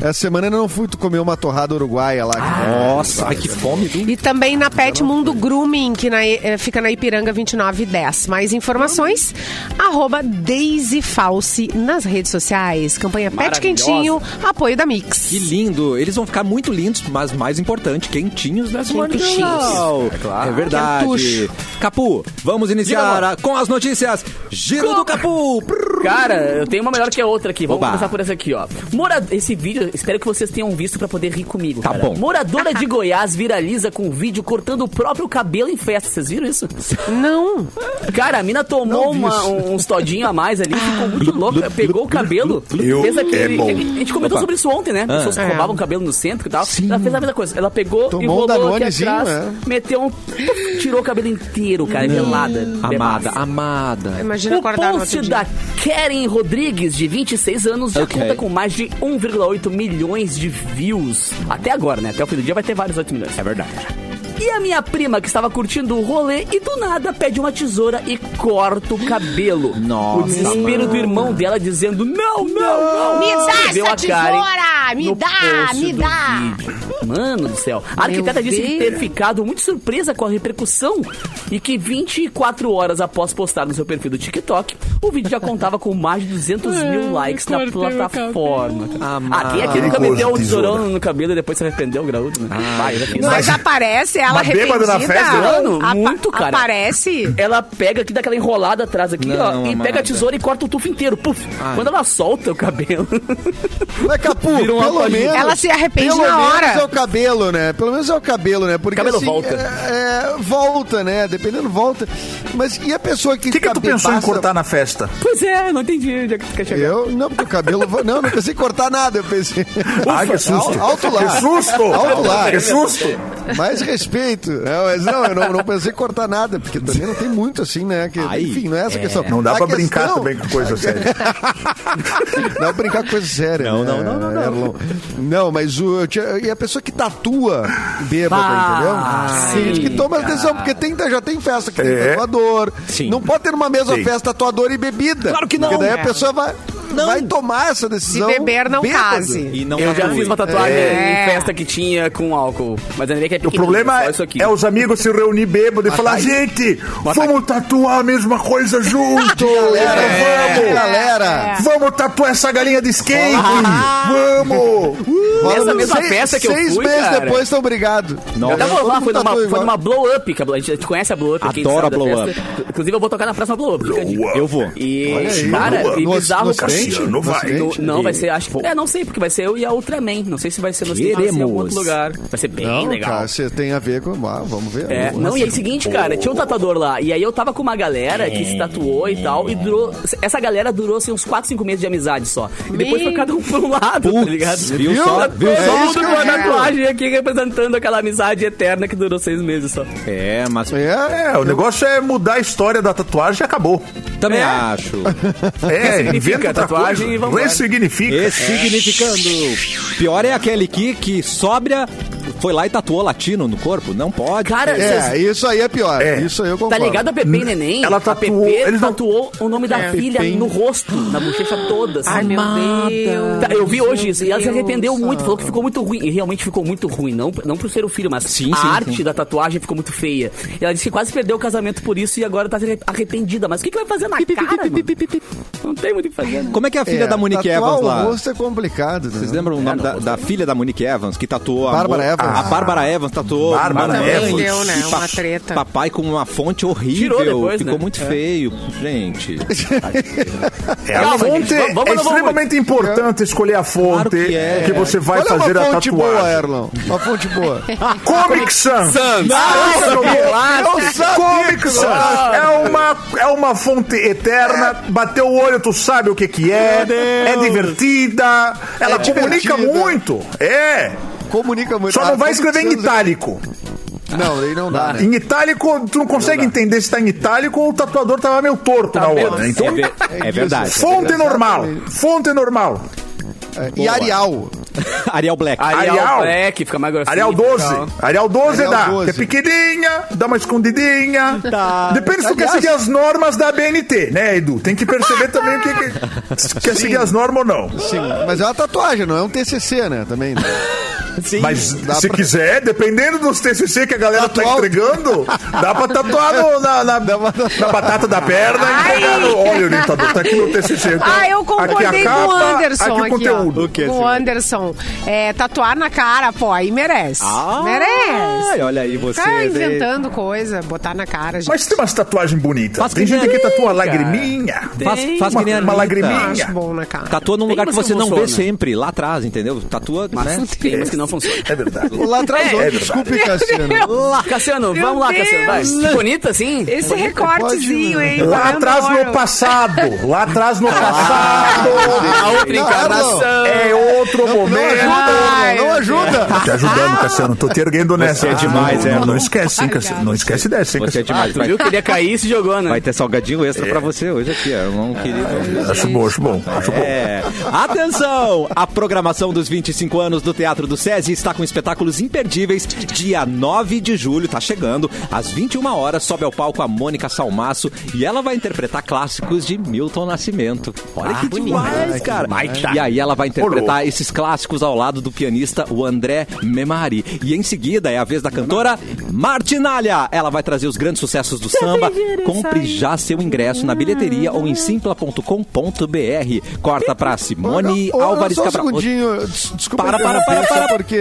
essa semana eu não fui comer uma torrada uruguaia lá.
Nossa, ai, que fome do.
E também na Pet Mundo Grooming, que na- eh, fica na Ipiranga 2910. Mais informações, arroba Daisy False nas redes sociais. Campanha Pet
Maravilhosa.
Quentinho, apoio da Mix.
Que lindo. Eles vão ficar muito lindos, mas mais importante, quentinhos da Simone
Quentuchinhos.
Cabral. É, verdade.
Quentucho.
Capu, vamos iniciar a- com as notícias. Giro do Capu.
Cara, eu tenho uma melhor que a outra aqui. Vamos
Oba.
começar por essa aqui, ó. Mora... Esse vídeo, espero que vocês tenham visto pra poder rir comigo.
Tá
cara.
bom.
Moradora de Goiás viraliza com um vídeo cortando o próprio cabelo em festa. Vocês viram isso?
Não.
Cara, a mina tomou uma- um- uns todinho a mais ali, ficou muito louca, pegou o cabelo,
Eu-
fez aquele.
é bom.
A gente comentou
Opa.
sobre isso ontem, né? Pessoas que
É.
roubavam cabelo no centro e tal. Ela fez a mesma coisa. Ela pegou,
Tomou um
enrolou aqui
Danonezinho,
atrás,
é.
meteu um. Tirou o cabelo inteiro, cara, velada.
Amada,
bebaça.
amada.
Imagina
O
acordar no outro
post
dia.
da Karen Rodrigues, de 26 anos, já
Ok.
conta com mais de 1,8 milhões de views. Até agora, né? Até o fim do dia vai ter vários 8 milhões. É verdade. E a minha prima, que estava curtindo o rolê, e do nada pede uma tesoura e corta o cabelo.
Nossa,
O desespero do irmão dela dizendo: Não, não, não.
Me dá
Escreveu
essa
a Karen
tesoura! Me
no
dá,
post
me
do
dá.
vídeo. Mano do céu. A arquiteta disse que ter ficado muito surpresa com a repercussão e que 24 horas após postar no seu perfil do TikTok, o vídeo já contava com mais de
[laughs]
200
É,
mil likes na plataforma. Ah, quem aqui nunca
Perigoso,
meteu um tesourão
tesoura.
no cabelo e depois se arrependeu, graúdo? Né? Vai, eu já fiz.
Mas
Mas-
aparece ela
Mas bêbada
arrependida.
na festa,
mano,
Apa-
muito, cara.
Aparece.
Ela pega aqui daquela enrolada atrás aqui, ó, e pega a tesoura e corta o tufo inteiro. Puf! Quando ela solta o cabelo.
Mas, Capu,
Vira uma
pelo
palhinha.
menos...
Ela se arrepende
pelo
na hora.
menos é o cabelo, né? Pelo menos é o cabelo, né? Porque
Cabelo
assim,
volta.
É, é, volta, né? Dependendo, volta. Mas e a pessoa que
O que, que tu pensou em cortar na festa?
pois é, não entendi onde é que tu quer chegar.
Eu? Não, porque o cabelo... vo- não, não pensei em cortar nada, eu pensei...
[laughs] Ai, que susto.
Al- alto lá.
Que susto.
Alto lá.
Que susto.
Mais respeito. Não, mas não, eu não, não pensei em cortar nada, porque também não tem muito assim, né? Que, enfim, não é essa a questão.
Não dá
A
pra
questão-
brincar também
[laughs]
com coisa séria.
Não, brincar com coisa séria. Não, não, não, não, não. mas o. eu tinha- E a pessoa que tatua bêbado,
Ah,
entendeu?
sim,
que toma atenção, porque tem, já tem festa que tem
É.
tatuador. Não pode ter numa mesma
Sim.
festa tatuador e bebida.
Claro que não.
Porque daí
É.
a pessoa vai, vai tomar essa
Se
decisão.
beber, não
bêbado.
case.
E não
Então,
[laughs] Eu já
tatue.
fiz uma tatuagem
É.
em festa que tinha com álcool. Mas ainda bem que é
O problema é, é os amigos se reunir bêbado e
tá
falar, gente, vamos tatuar a mesma
[laughs]
coisa junto.
Galera,
É.
vamos.
é, galera.
Vamos tatuar essa galinha de skate! Vamos!
Rola
Nessa
no-
mesma festa que eu
Seis
fui,
meses
cara.
depois estão brigados.
um
Eu tava lá, foi numa, foi numa
uma
blow-up. que A a gente conhece a blow-up. aqui,
tá Adoro
sabe,
a
da
blow-up.
festa. Inclusive, eu vou tocar na próxima blow-up. fica a dica.
Eu vou.
tipo, E,
aí,
cara,
boa.
e
No- no
bizarro
ocidente?
Cassiano vai.
No
No-
ocidente?
não, vai ser, acho que. É, não sei, porque vai ser eu e a Ultraman. Não sei se vai ser no ocidente, vai ser em algum outro lugar. Vai ser bem
Não,
legal.
cara, você tem a ver com. Ah, vamos ver.
É,
Vamos-
não, e aí é o seguinte, cara, tinha um tatuador lá, e aí eu tava com uma galera que se tatuou e tal, e durou. Essa galera durou assim, uns 4, 5 meses de amizade só. E depois foi cada um pra um lado, tá ligado?
viu só? Viu
Todo
só?
mundo com uma tatuagem aqui representando aquela amizade eterna que durou seis meses só.
É, mas
É,
É, o negócio é mudar a história da tatuagem e acabou.
também
É.
acho.
É,
Ressignifica
inventa
a tatuagem
tatuagem
e
e vamos
vambora.
Ressignifica. É.
Ressignificando. Pior é aquele que, que sobra, foi lá e tatuou latino no corpo. Não pode.
Cara, vocês-
é, isso aí é pior.
É.
Isso aí eu
Tá
concordo.
ligado a Pepe e Neném?
Ela
a
tatuou-
Pepe
eles não-
tatuou o nome da filha no rosto, na bochecha toda. Assim.
Ai, meu Deus.
Tá, eu vi
Meu
hoje isso e ela se
Deus.
arrependeu muito, falou que ficou muito ruim. E realmente ficou muito ruim, não, não por ser o filho, mas
Sim,
a
sim,
arte
sim.
da tatuagem ficou muito feia. E ela disse que quase perdeu o casamento por isso e agora tá arre- arrependida. Mas o que, que vai fazer na cara? mano? Não tem muito o que fazer. né?
Como é que é a filha
É,
da Monique
tatuar
Evans lá?
o rosto é complicado, né?
Vocês
É,
lembram o nome da, da filha da Monique Evans, que tatuou a...
Bárbara
mo-
Evans.
A Bárbara Evans tatuou...
Bárbara
mamãe
Evans.
Deu, né?
e
Uma treta.
Papai com uma fonte horrível.
Tirou depois,
Ficou
né?
muito
É.
feio. Gente...
É, a
Calma,
fonte
gente, vamos- vamos
é
não vamos
extremamente importante escolher a fonte
Claro
que,
que é.
você vai
Olha
fazer
uma
a
fonte boa,
tatuagem.
Erlon. Uma
[laughs]
fonte boa.
Comic Sans. Comic Sans. É uma, é uma fonte eterna. Bateu o olho, tu sabe o que que é. É divertida. Ela comunica
divertida.
muito. É.
Comunica muito.
Só
Ah,
não vai
Comic
escrever em
Sans-
itálico.
Não, aí não dá, né?
Em itálico, tu não consegue entender se tá em itálico ou o tatuador tava meio torto na hora. né? Então,
É, ver- é verdade.
fonte normal. Fonte normal.
É, E Arial.
Ariel Black.
Arial.
Black, fica mais grossinho.
Assim, Arial 12.
tal.
Arial 12
então, Arial
dá.
12.
É pequenininha, dá uma escondidinha. Depende se tu quer
Tá. Aliás-
seguir as normas da BNT, né, Edu? Tem que perceber também o que, que se quer seguir as normas ou não.
Sim, mas é uma tatuagem, não é um TCC, né? Também.
[laughs]
né?
Mas
Dá
se
pra-
quiser, dependendo dos TCC que a galera tá
Tatuar.
entregando, dá pra tatuar no- na, na, na batata da perna e entregar no óleo orientador. Tá aqui no TCC. Então,
Ah, eu
aqui
concordei
a
com o
capa,
Anderson
Aqui
aqui,
o conteúdo.
ó. com o Anderson. É, tatuar na cara, pô, aí merece.
Ah,
merece.
Olha aí você.
Tá
hein?
inventando coisa, botar na cara, gente.
Mas tem umas tatuagens bonitas.
Faz
tem
que nem
gente que
a
tatua
Anitta.
lagriminha.
Faz, faz
Uma-
que nem a
uma
Anitta.
lagriminha.
acho bom na cara.
Tatua num lugar que
umas que
você não vê
funciona.
sempre, lá atrás, entendeu? Tatua, né?
[laughs] Mas tem umas que não funcionam.
[laughs]
É verdade.
Lá atrás,
É, é
desculpe, Cassiano.
[laughs]
Lá, Cassiano,
Meu
vamos lá, Cassiano. Vai.
Deus.
Que bonita, assim.
Esse recortezinho, hein?
Lá
eu
atrás
adoro.
no passado. Lá atrás no passado.
A outra
Não,
encarnação.
Ah, É outro
Não
momento.
ajuda,
Ai,
Erlon, não ajuda.
Tô Tá te ajudando, Cassiano. Tô te erguendo nessa.
Você é demais,
não,
é.
não, não esquece, hein, Cassiano. Não esquece dessa, hein,
Você é
Cassiano.
demais.
Ah, Tu
Vai,
viu que ele ia cair e se jogou, né?
vai ter salgadinho extra pra você hoje aqui, ó. Irmão querido.
Acho bom, acho bom. Acho bom.
É. Atenção! A programação dos 25 anos do Teatro do Sé Cafés e está com espetáculos imperdíveis. Dia 9 de julho, tá chegando. Às 21 horas, sobe ao palco a Mônica Salmaço e ela vai interpretar clássicos de Milton Nascimento. Olha que demais, cara. E aí ela vai interpretar esses clássicos ao lado do pianista o André Memari. E em seguida é a vez da cantora Martinalha. Ela vai trazer os grandes sucessos do samba. Compre já seu ingresso na bilheteria ou em
Uhum.
simpla.com.br. Corta pra Simone
Ô, ô,
Álvares
Uhum. só um
Cabral.
segundinho. des- Desculpa.
Para, para,
interromper,
para,
só
para.
Porque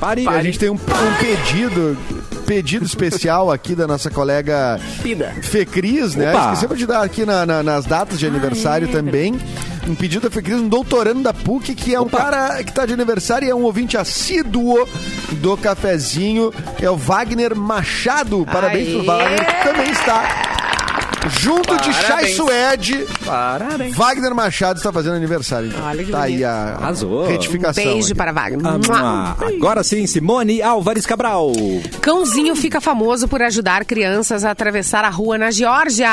Pare.
a gente tem um, um pedido, pedido especial aqui da nossa colega
Pida.
Fecris, né?
Opa.
Esquecemos de dar aqui na- na- nas datas de
Ah,
aniversário
é
também. Um pedido da Fecris, um doutorando da PUC, que é um cara que tá de aniversário e é um ouvinte assíduo do cafezinho. É o Wagner Machado. Parabéns pro
Aê.
Wagner, que também está. Junto de Chay
Parabéns.
Suede,
Parabéns.
Wagner Machado está fazendo aniversário. então.
Olha que
tá aí
bonito. Um
a
Arrasou.
retificação.
Beijo
aqui.
para Wagner.
Uhum.
Ah, agora sim, Simone Álvares Cabral.
Cãozinho fica famoso por ajudar crianças a atravessar a rua na Geórgia.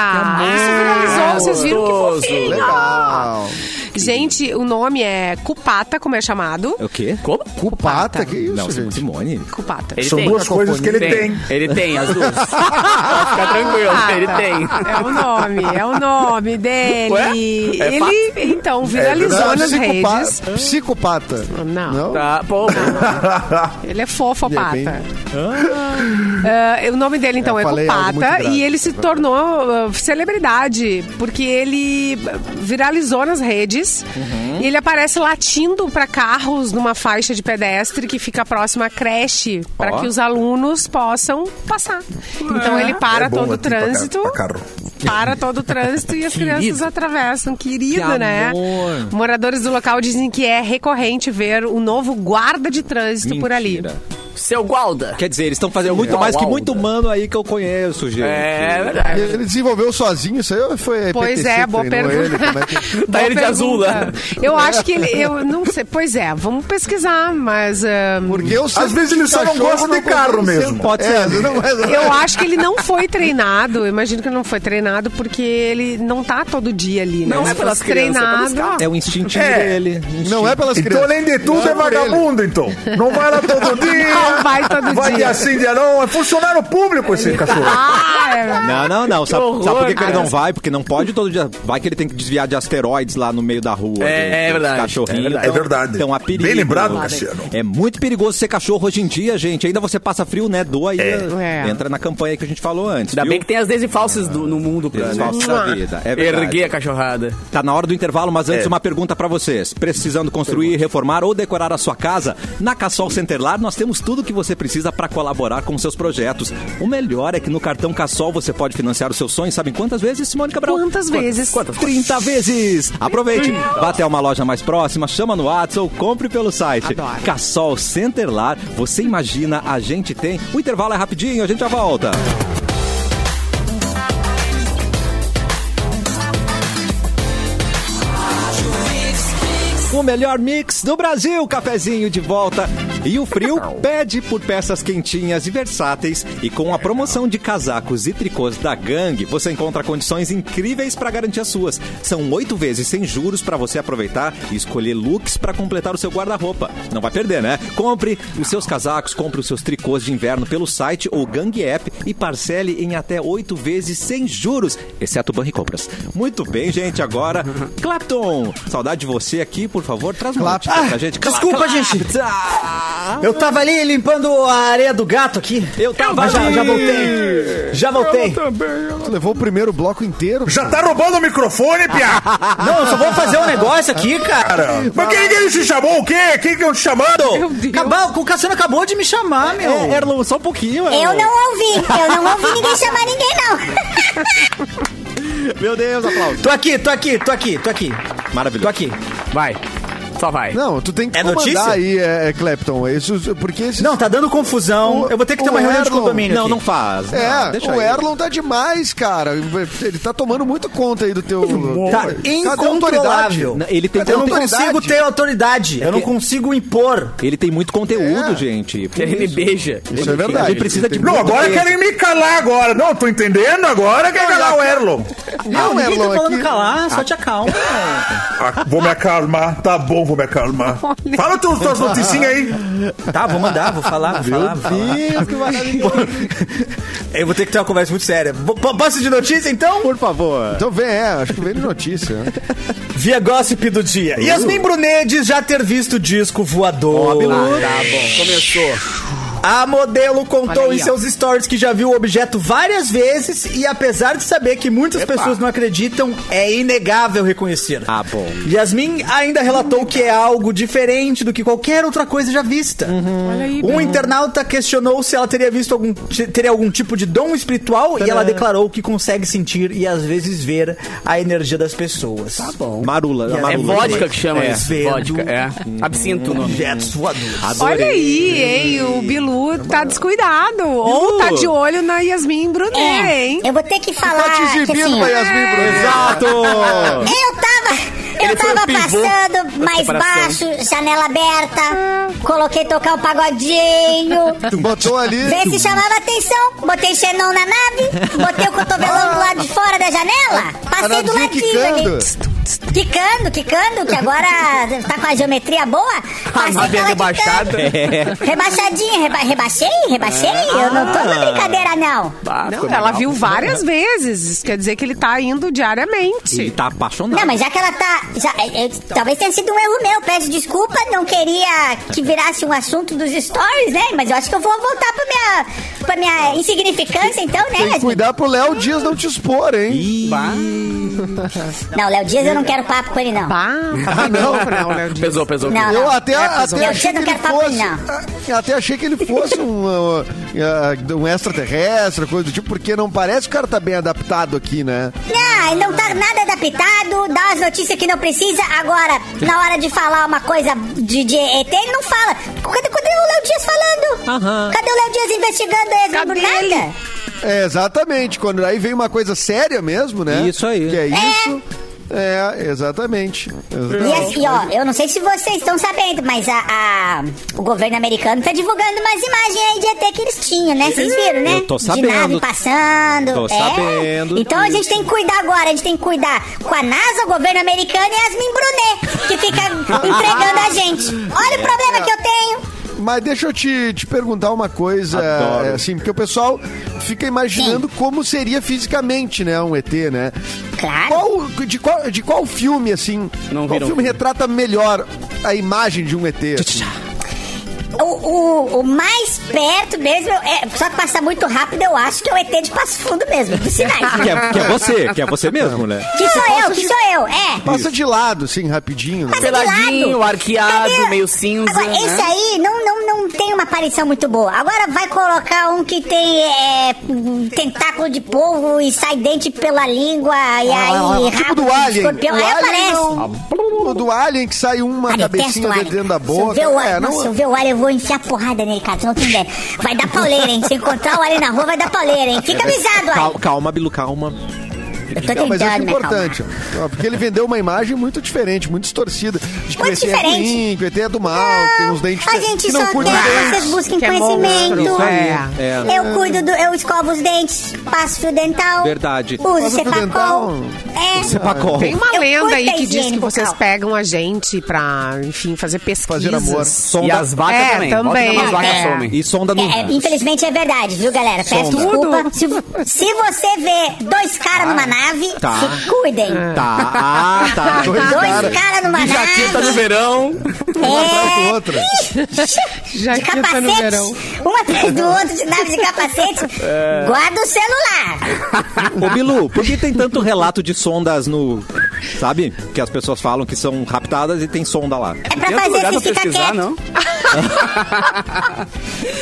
Isso viralizou, vocês viram que
Gostoso.
fofinho.
Legal.
Gente, o nome é Cupata, como é chamado.
O quê?
Como?
Pata, que isso,
Não,
gente?
Simone.
Cupata.
Ele
São
tem.
duas coisas que ele tem.
Ele tem as duas. Pode ficar tranquilo, ele tem.
Ah, É o nome, é o nome dele.
Ué? É
ele, então, viralizou
Não,
nas
psicopa-
redes.
Psicopata.
Não.
Tá, pô,
Ele é fofo,
Ele é
Pata.
bem-
Ah, o nome dele, então,
Eu
é
falei algo muito
Copata.
grave,
E ele se tornou ah, celebridade, porque ele viralizou nas redes.
Uhum.
E ele aparece latindo para carros numa faixa de pedestre que fica próxima à creche, para
Ó.
que os alunos possam passar. Então, ele para
É bom
todo o
latir pra ca-
trânsito.
pra carro.
Para todo o trânsito e as crianças atravessam. Querido,
Que
né?
amor.
Moradores do local dizem que é recorrente ver o novo guarda de trânsito
é
por ali.
Mentira.
seu Gualda.
Quer dizer, eles estão fazendo muito
Uau,
mais que
uau,
muito
né?
humano aí que eu conheço, gente.
É
E
verdade.
Ele desenvolveu sozinho isso aí ou foi a
Pois
EPTC
é,
que
boa
treinou
pergunta.
ele? Como é
[laughs]
que-
Tá
Boa
ele de azul lá.
pergunta. Eu acho que ele. Eu não sei. Pois é, vamos pesquisar, mas. ah, ahn,
Porque eu sei
Às vezes
que
ele só não
cachorro
gosta de carro
consegue
mesmo.
ser-
Pode
É,
ser.
não é-
Eu acho que ele não foi treinado, eu imagino que ele não foi treinado, porque ele não tá todo dia ali, né?
Não
Se
é pelas
fosse
crianças, é pelos
treinado.
carros.
É o instintinho
É.
dele.
Não é pelas
Então,
crianças.
além de tudo,
Não
é
por ele.
vagabundo, então. Não vai lá todo dia.
Não vai todo
Vai de
dia.
assim, de não. É funcionário público esse cachorro.
Ah, é.
Não, não,
[laughs]
não. Sabe,
horror,
sabe por que, que ele
cara.
não vai? Porque não pode todo dia. Vai que ele tem que desviar de asteroides lá no meio da rua.
É,
do-
é
dos
verdade.
cachorrinhos. Então-
É verdade.
É verdade.
Então, há perigo.
Bem lembrado, Cassiano.
É muito perigoso ser cachorro hoje em dia, gente. Ainda você passa frio, né? Doa aí.
É.
Entra na campanha que a gente falou antes.
Ainda
viu?
bem que tem as desenfalses do, no mundo pra né?
Desfalso da vida. É verdade.
Erguer a cachorrada.
Tá na hora do intervalo, mas antes uma pergunta pra vocês. Precisando construir, reformar ou decorar a sua casa? Na Cassol Centerlar nós temos tudo que você precisa para colaborar com seus projetos. O melhor é que no cartão Cassol você pode financiar os seus sonhos, sabe em quantas vezes, Simone Cabral?
Quantas vezes?
Quantas? 30 vezes! Aproveite! Vá até uma loja mais próxima, chama no WhatsApp ou compre pelo site.
Adoro.
Cassol Centerlar, você imagina, a gente tem. O intervalo é rapidinho, a gente já volta. O melhor mix do Brasil, cafezinho de volta. E o frio pede por peças quentinhas e versáteis. E com a promoção de casacos e tricôs da Gang, você encontra condições incríveis para garantir as suas. São oito vezes sem juros para você aproveitar e escolher looks para completar o seu guarda-roupa. Não vai perder, né? Compre os seus casacos, compre os seus tricôs de inverno pelo site ou Gang App e parcele em até oito vezes sem juros, exceto Banricompras. Muito bem, gente. Agora, Clapton, saudade de você aqui, por favor. Traz um
Clapton.
notícia pra gente.
Ah, Desculpa, gente.
Clapton.
Eu tava ali limpando a areia do gato aqui.
Eu tava
Mas já,
ali.
já voltei. Já voltei.
Tu levou o primeiro bloco inteiro.
Já tá roubando o microfone, Pia?
Não, eu só vou fazer um negócio aqui, cara.
Mas quem que ele te chamou? O quê? Quem que eu te chamando?
Meu Deus.
Acabou, o Cassiano acabou de me chamar, meu.
É, Erlon, só um pouquinho.
Eu
Erlon.
não ouvi, eu não ouvi ninguém chamar ninguém, não.
Meu Deus, aplauso.
Tô aqui, tô aqui, tô aqui, tô aqui. Tô
Maravilhoso.
aqui.
Vai. Só vai.
Não, tu tem que
É
comandar
notícia?
aí, é, é, Clapton. Isso, porque esses...
Não, tá dando confusão.
O-
Eu vou ter que ter
o
uma reunião de
Erlon-
condomínio
Não,
aqui.
não faz.
É,
Não, deixa
o
aí.
Erlon tá demais, cara. Ele tá tomando muito conta aí do teu. Cadê
Tá
a autoridade?
incontrolável.
Não, Ele tem,
Cadê
Eu não
Tem
consigo
autoridade.
ter autoridade. Eu não consigo impor.
ele tem muito conteúdo,
É.
gente.
Ele me beija.
Isso é
A
verdade.
gente precisa de
Não, agora querem me calar agora. Não, tô entendendo agora. Quer calar o Erlon?
Não,
ninguém
Erlon, é
tá falando
Ah.
aqui-
calar, só te acalma.
Ah, vou me acalmar, tá bom. novo, minha calma. Fala tuas, tuas noticinhas aí.
Tá, vou mandar, vou falar, vou falar. vou falar.
Isso, que maravilhoso.
Eu vou ter que ter uma conversa muito séria. Bo- po- Posso de notícia, então?
Por favor.
Então vem, é, acho que vem de notícia. né?
Via gossip do dia. Yasmin Brunet diz já ter visto o disco voador.
Tá bom, começou.
A modelo contou
Olha aí,
em seus stories que já viu o objeto várias vezes e apesar de saber que muitas pessoas não acreditam, é inegável reconhecer.
Ah, bom.
Yasmin ainda relatou que é algo diferente do que qualquer outra coisa já vista.
Olha aí,
Um
Bel.
internauta questionou se ela teria visto algum teria algum tipo de dom espiritual e ela declarou que consegue sentir e às vezes ver a energia das pessoas. Tá bom.
Marula.
É
É
marula.
vodka que chama
É.
isso. Vodka, é. Absinto o
um
nome.
Objetos voadores.
Olha aí, hein? O Bilu tá descuidado. Ou tá de olho na Yasmin Brunet, É, hein?
É, Eu vou ter que falar.
Tá te
que,
exibindo
assim,
da Yasmin Brunet.
Exato!
Eu tava. Eu
foi o
tava
pivô
passando mais
separação.
baixo, janela aberta, coloquei tocar um pagodinho.
Botou ali.
Vê se chamava atenção. Botei xenon na nave, botei o cotovelão do lado de fora da janela, passei do
Canadinho
ladinho né,
quicando.
ali. Quicando, quicando, que agora tá com a geometria boa.
A
Passei
nave é
pela
rebaixada.
quicando. Rebaixadinha, reba rebaixei, rebaixei. Eu não tô na brincadeira, não.
Ah,
Não,
ficou
É ela tá
legal.
viu várias vezes. Isso quer dizer que ele tá indo diariamente.
Ele tá apaixonado.
Não, mas já que ela tá. já- é, é, talvez tenha sido um erro meu. Pede desculpa, não queria que virasse um assunto dos stories, né? Mas eu acho que eu vou voltar pra minha, pra minha insignificância, então, né?
Tem que
Yasmin?
cuidar pro Léo Dias não te expor, hein?
Ih,
Não, Léo Dias, eu não quero papo com ele, não.
Pá, tá novo, não, Léo Dias.
Pesou, pesou.
Não,
Eu
não.
até, até
Eu
achei que
não
ele
quero papo,
fosse. Eu Até achei que ele fosse um, [laughs] uh, uh, um extraterrestre, coisa do tipo, porque não parece que o cara tá bem adaptado aqui, né?
Não, ele não tá nada adaptado, dá as notícias que não precisa. Agora, na hora de falar uma coisa de, de ET, ele não fala. Cadê, cadê o Léo Dias falando? Cadê o Léo Dias investigando a Yasmin
Cadê
Brunet?
ele?
É, exatamente. Quando aí vem uma coisa séria mesmo, né?
Isso aí.
Que é isso. É, exatamente.
E assim, ó, eu não sei se vocês estão sabendo, mas a, a- o governo americano tá divulgando umas imagens aí de ET que eles tinham, né? Vocês viram, né?
Eu tô
De nave
sabendo.
passando. é.
Tô sabendo
Então a gente tem que cuidar agora, a gente tem que cuidar com a NASA, o governo americano e Yasmin Brunet, que fica
[laughs]
entregando a gente. Olha o problema que eu tenho.
Mas deixa eu te, te perguntar uma coisa,
Adoro.
é, assim, porque o pessoal fica imaginando como seria fisicamente, né, um ET, né?
Claro.
Qual, de, qual, de qual filme, assim,
Não
qual
viram.
filme retrata melhor a imagem de um ET? assim?
O, o- o mais perto mesmo, é, só que passa muito rápido, eu acho que é o ET de Passo Fundo mesmo, dos sinais.
[laughs] que, é, que é você, que é você mesmo, né?
que sou eu, que sou eu, é.
Passa de lado, assim, rapidinho. Né?
Mas-
Peladinho,
lado.
arqueado,
Cadê?
meio cinza.
Agora,
né?
esse aí não, não, não tem uma aparição muito boa. Agora vai colocar um que tem é, um tentáculo de polvo e sai dente pela língua e aí
tipo
rabo
do
de
Alien.
escorpião.
O
Aí
Alien
aparece.
não- o do Alien que sai um, uma
Ah, detesto
cabecinha
o Alien.
dentro da
Se
boca.
eu ver o
É,
Alien,
não-
nossa, se eu ver o Alien, eu vou enfiar porrada nele, cara. Tu não tem ideia. Vai dar pauleira, hein? Se encontrar o Alien na rua, vai dar pauleira, hein? Fica avisado, Alien.
Calma, calma Bilu, calma.
Eu tô
É,
né?
Não, mas acho
tentando, me acalmar.
importante. ó, Porque ele vendeu uma imagem muito diferente, muito distorcida. De que o ET
Muito
é
diferente.
ruim, que o ET é do mal, que tem uns dentes
A
fe-
gente
que
só
não
quer
cuida dos
que
dentes.
vocês busquem
Que é
conhecimento.
monstro. É.
É.
Eu cuido do. Eu escovo os dentes, passo fio dental.
Verdade.
Uso
fio dental.
cepacol. É.
Pacol.
Tem uma
Eu
lenda aí
curto a
que diz
higiene
que vocês
bucal.
pegam a gente pra, enfim, fazer pesquisas.
Fazer amor.
E
Sonda
as vacas
É,
também.
também,
Volta nas vacas
é.
somem.
e sonda no.
É, é, infelizmente é verdade, viu, galera? Peço
Sonda.
desculpa. Se, se você vê dois caras
Ah,
numa nave,
Tá.
se cuidem.
Tá, ah, tá.
Dois
Dois
caras.
caras numa
Jaqueta no
nave. É,
verão.
Um atrás do outro.
De
Jaqueta no
capacete,
verão.
um atrás do outro, de nave de capacete,
É.
guarda o celular.
Ô, Bilu, por que tem tanto relato de sondas no. Sabe? Que as pessoas falam que são raptadas e tem sonda lá.
É pra
Tem outro
fazer
lugar
você
pra
ficar
pesquisar,
quieto.
não?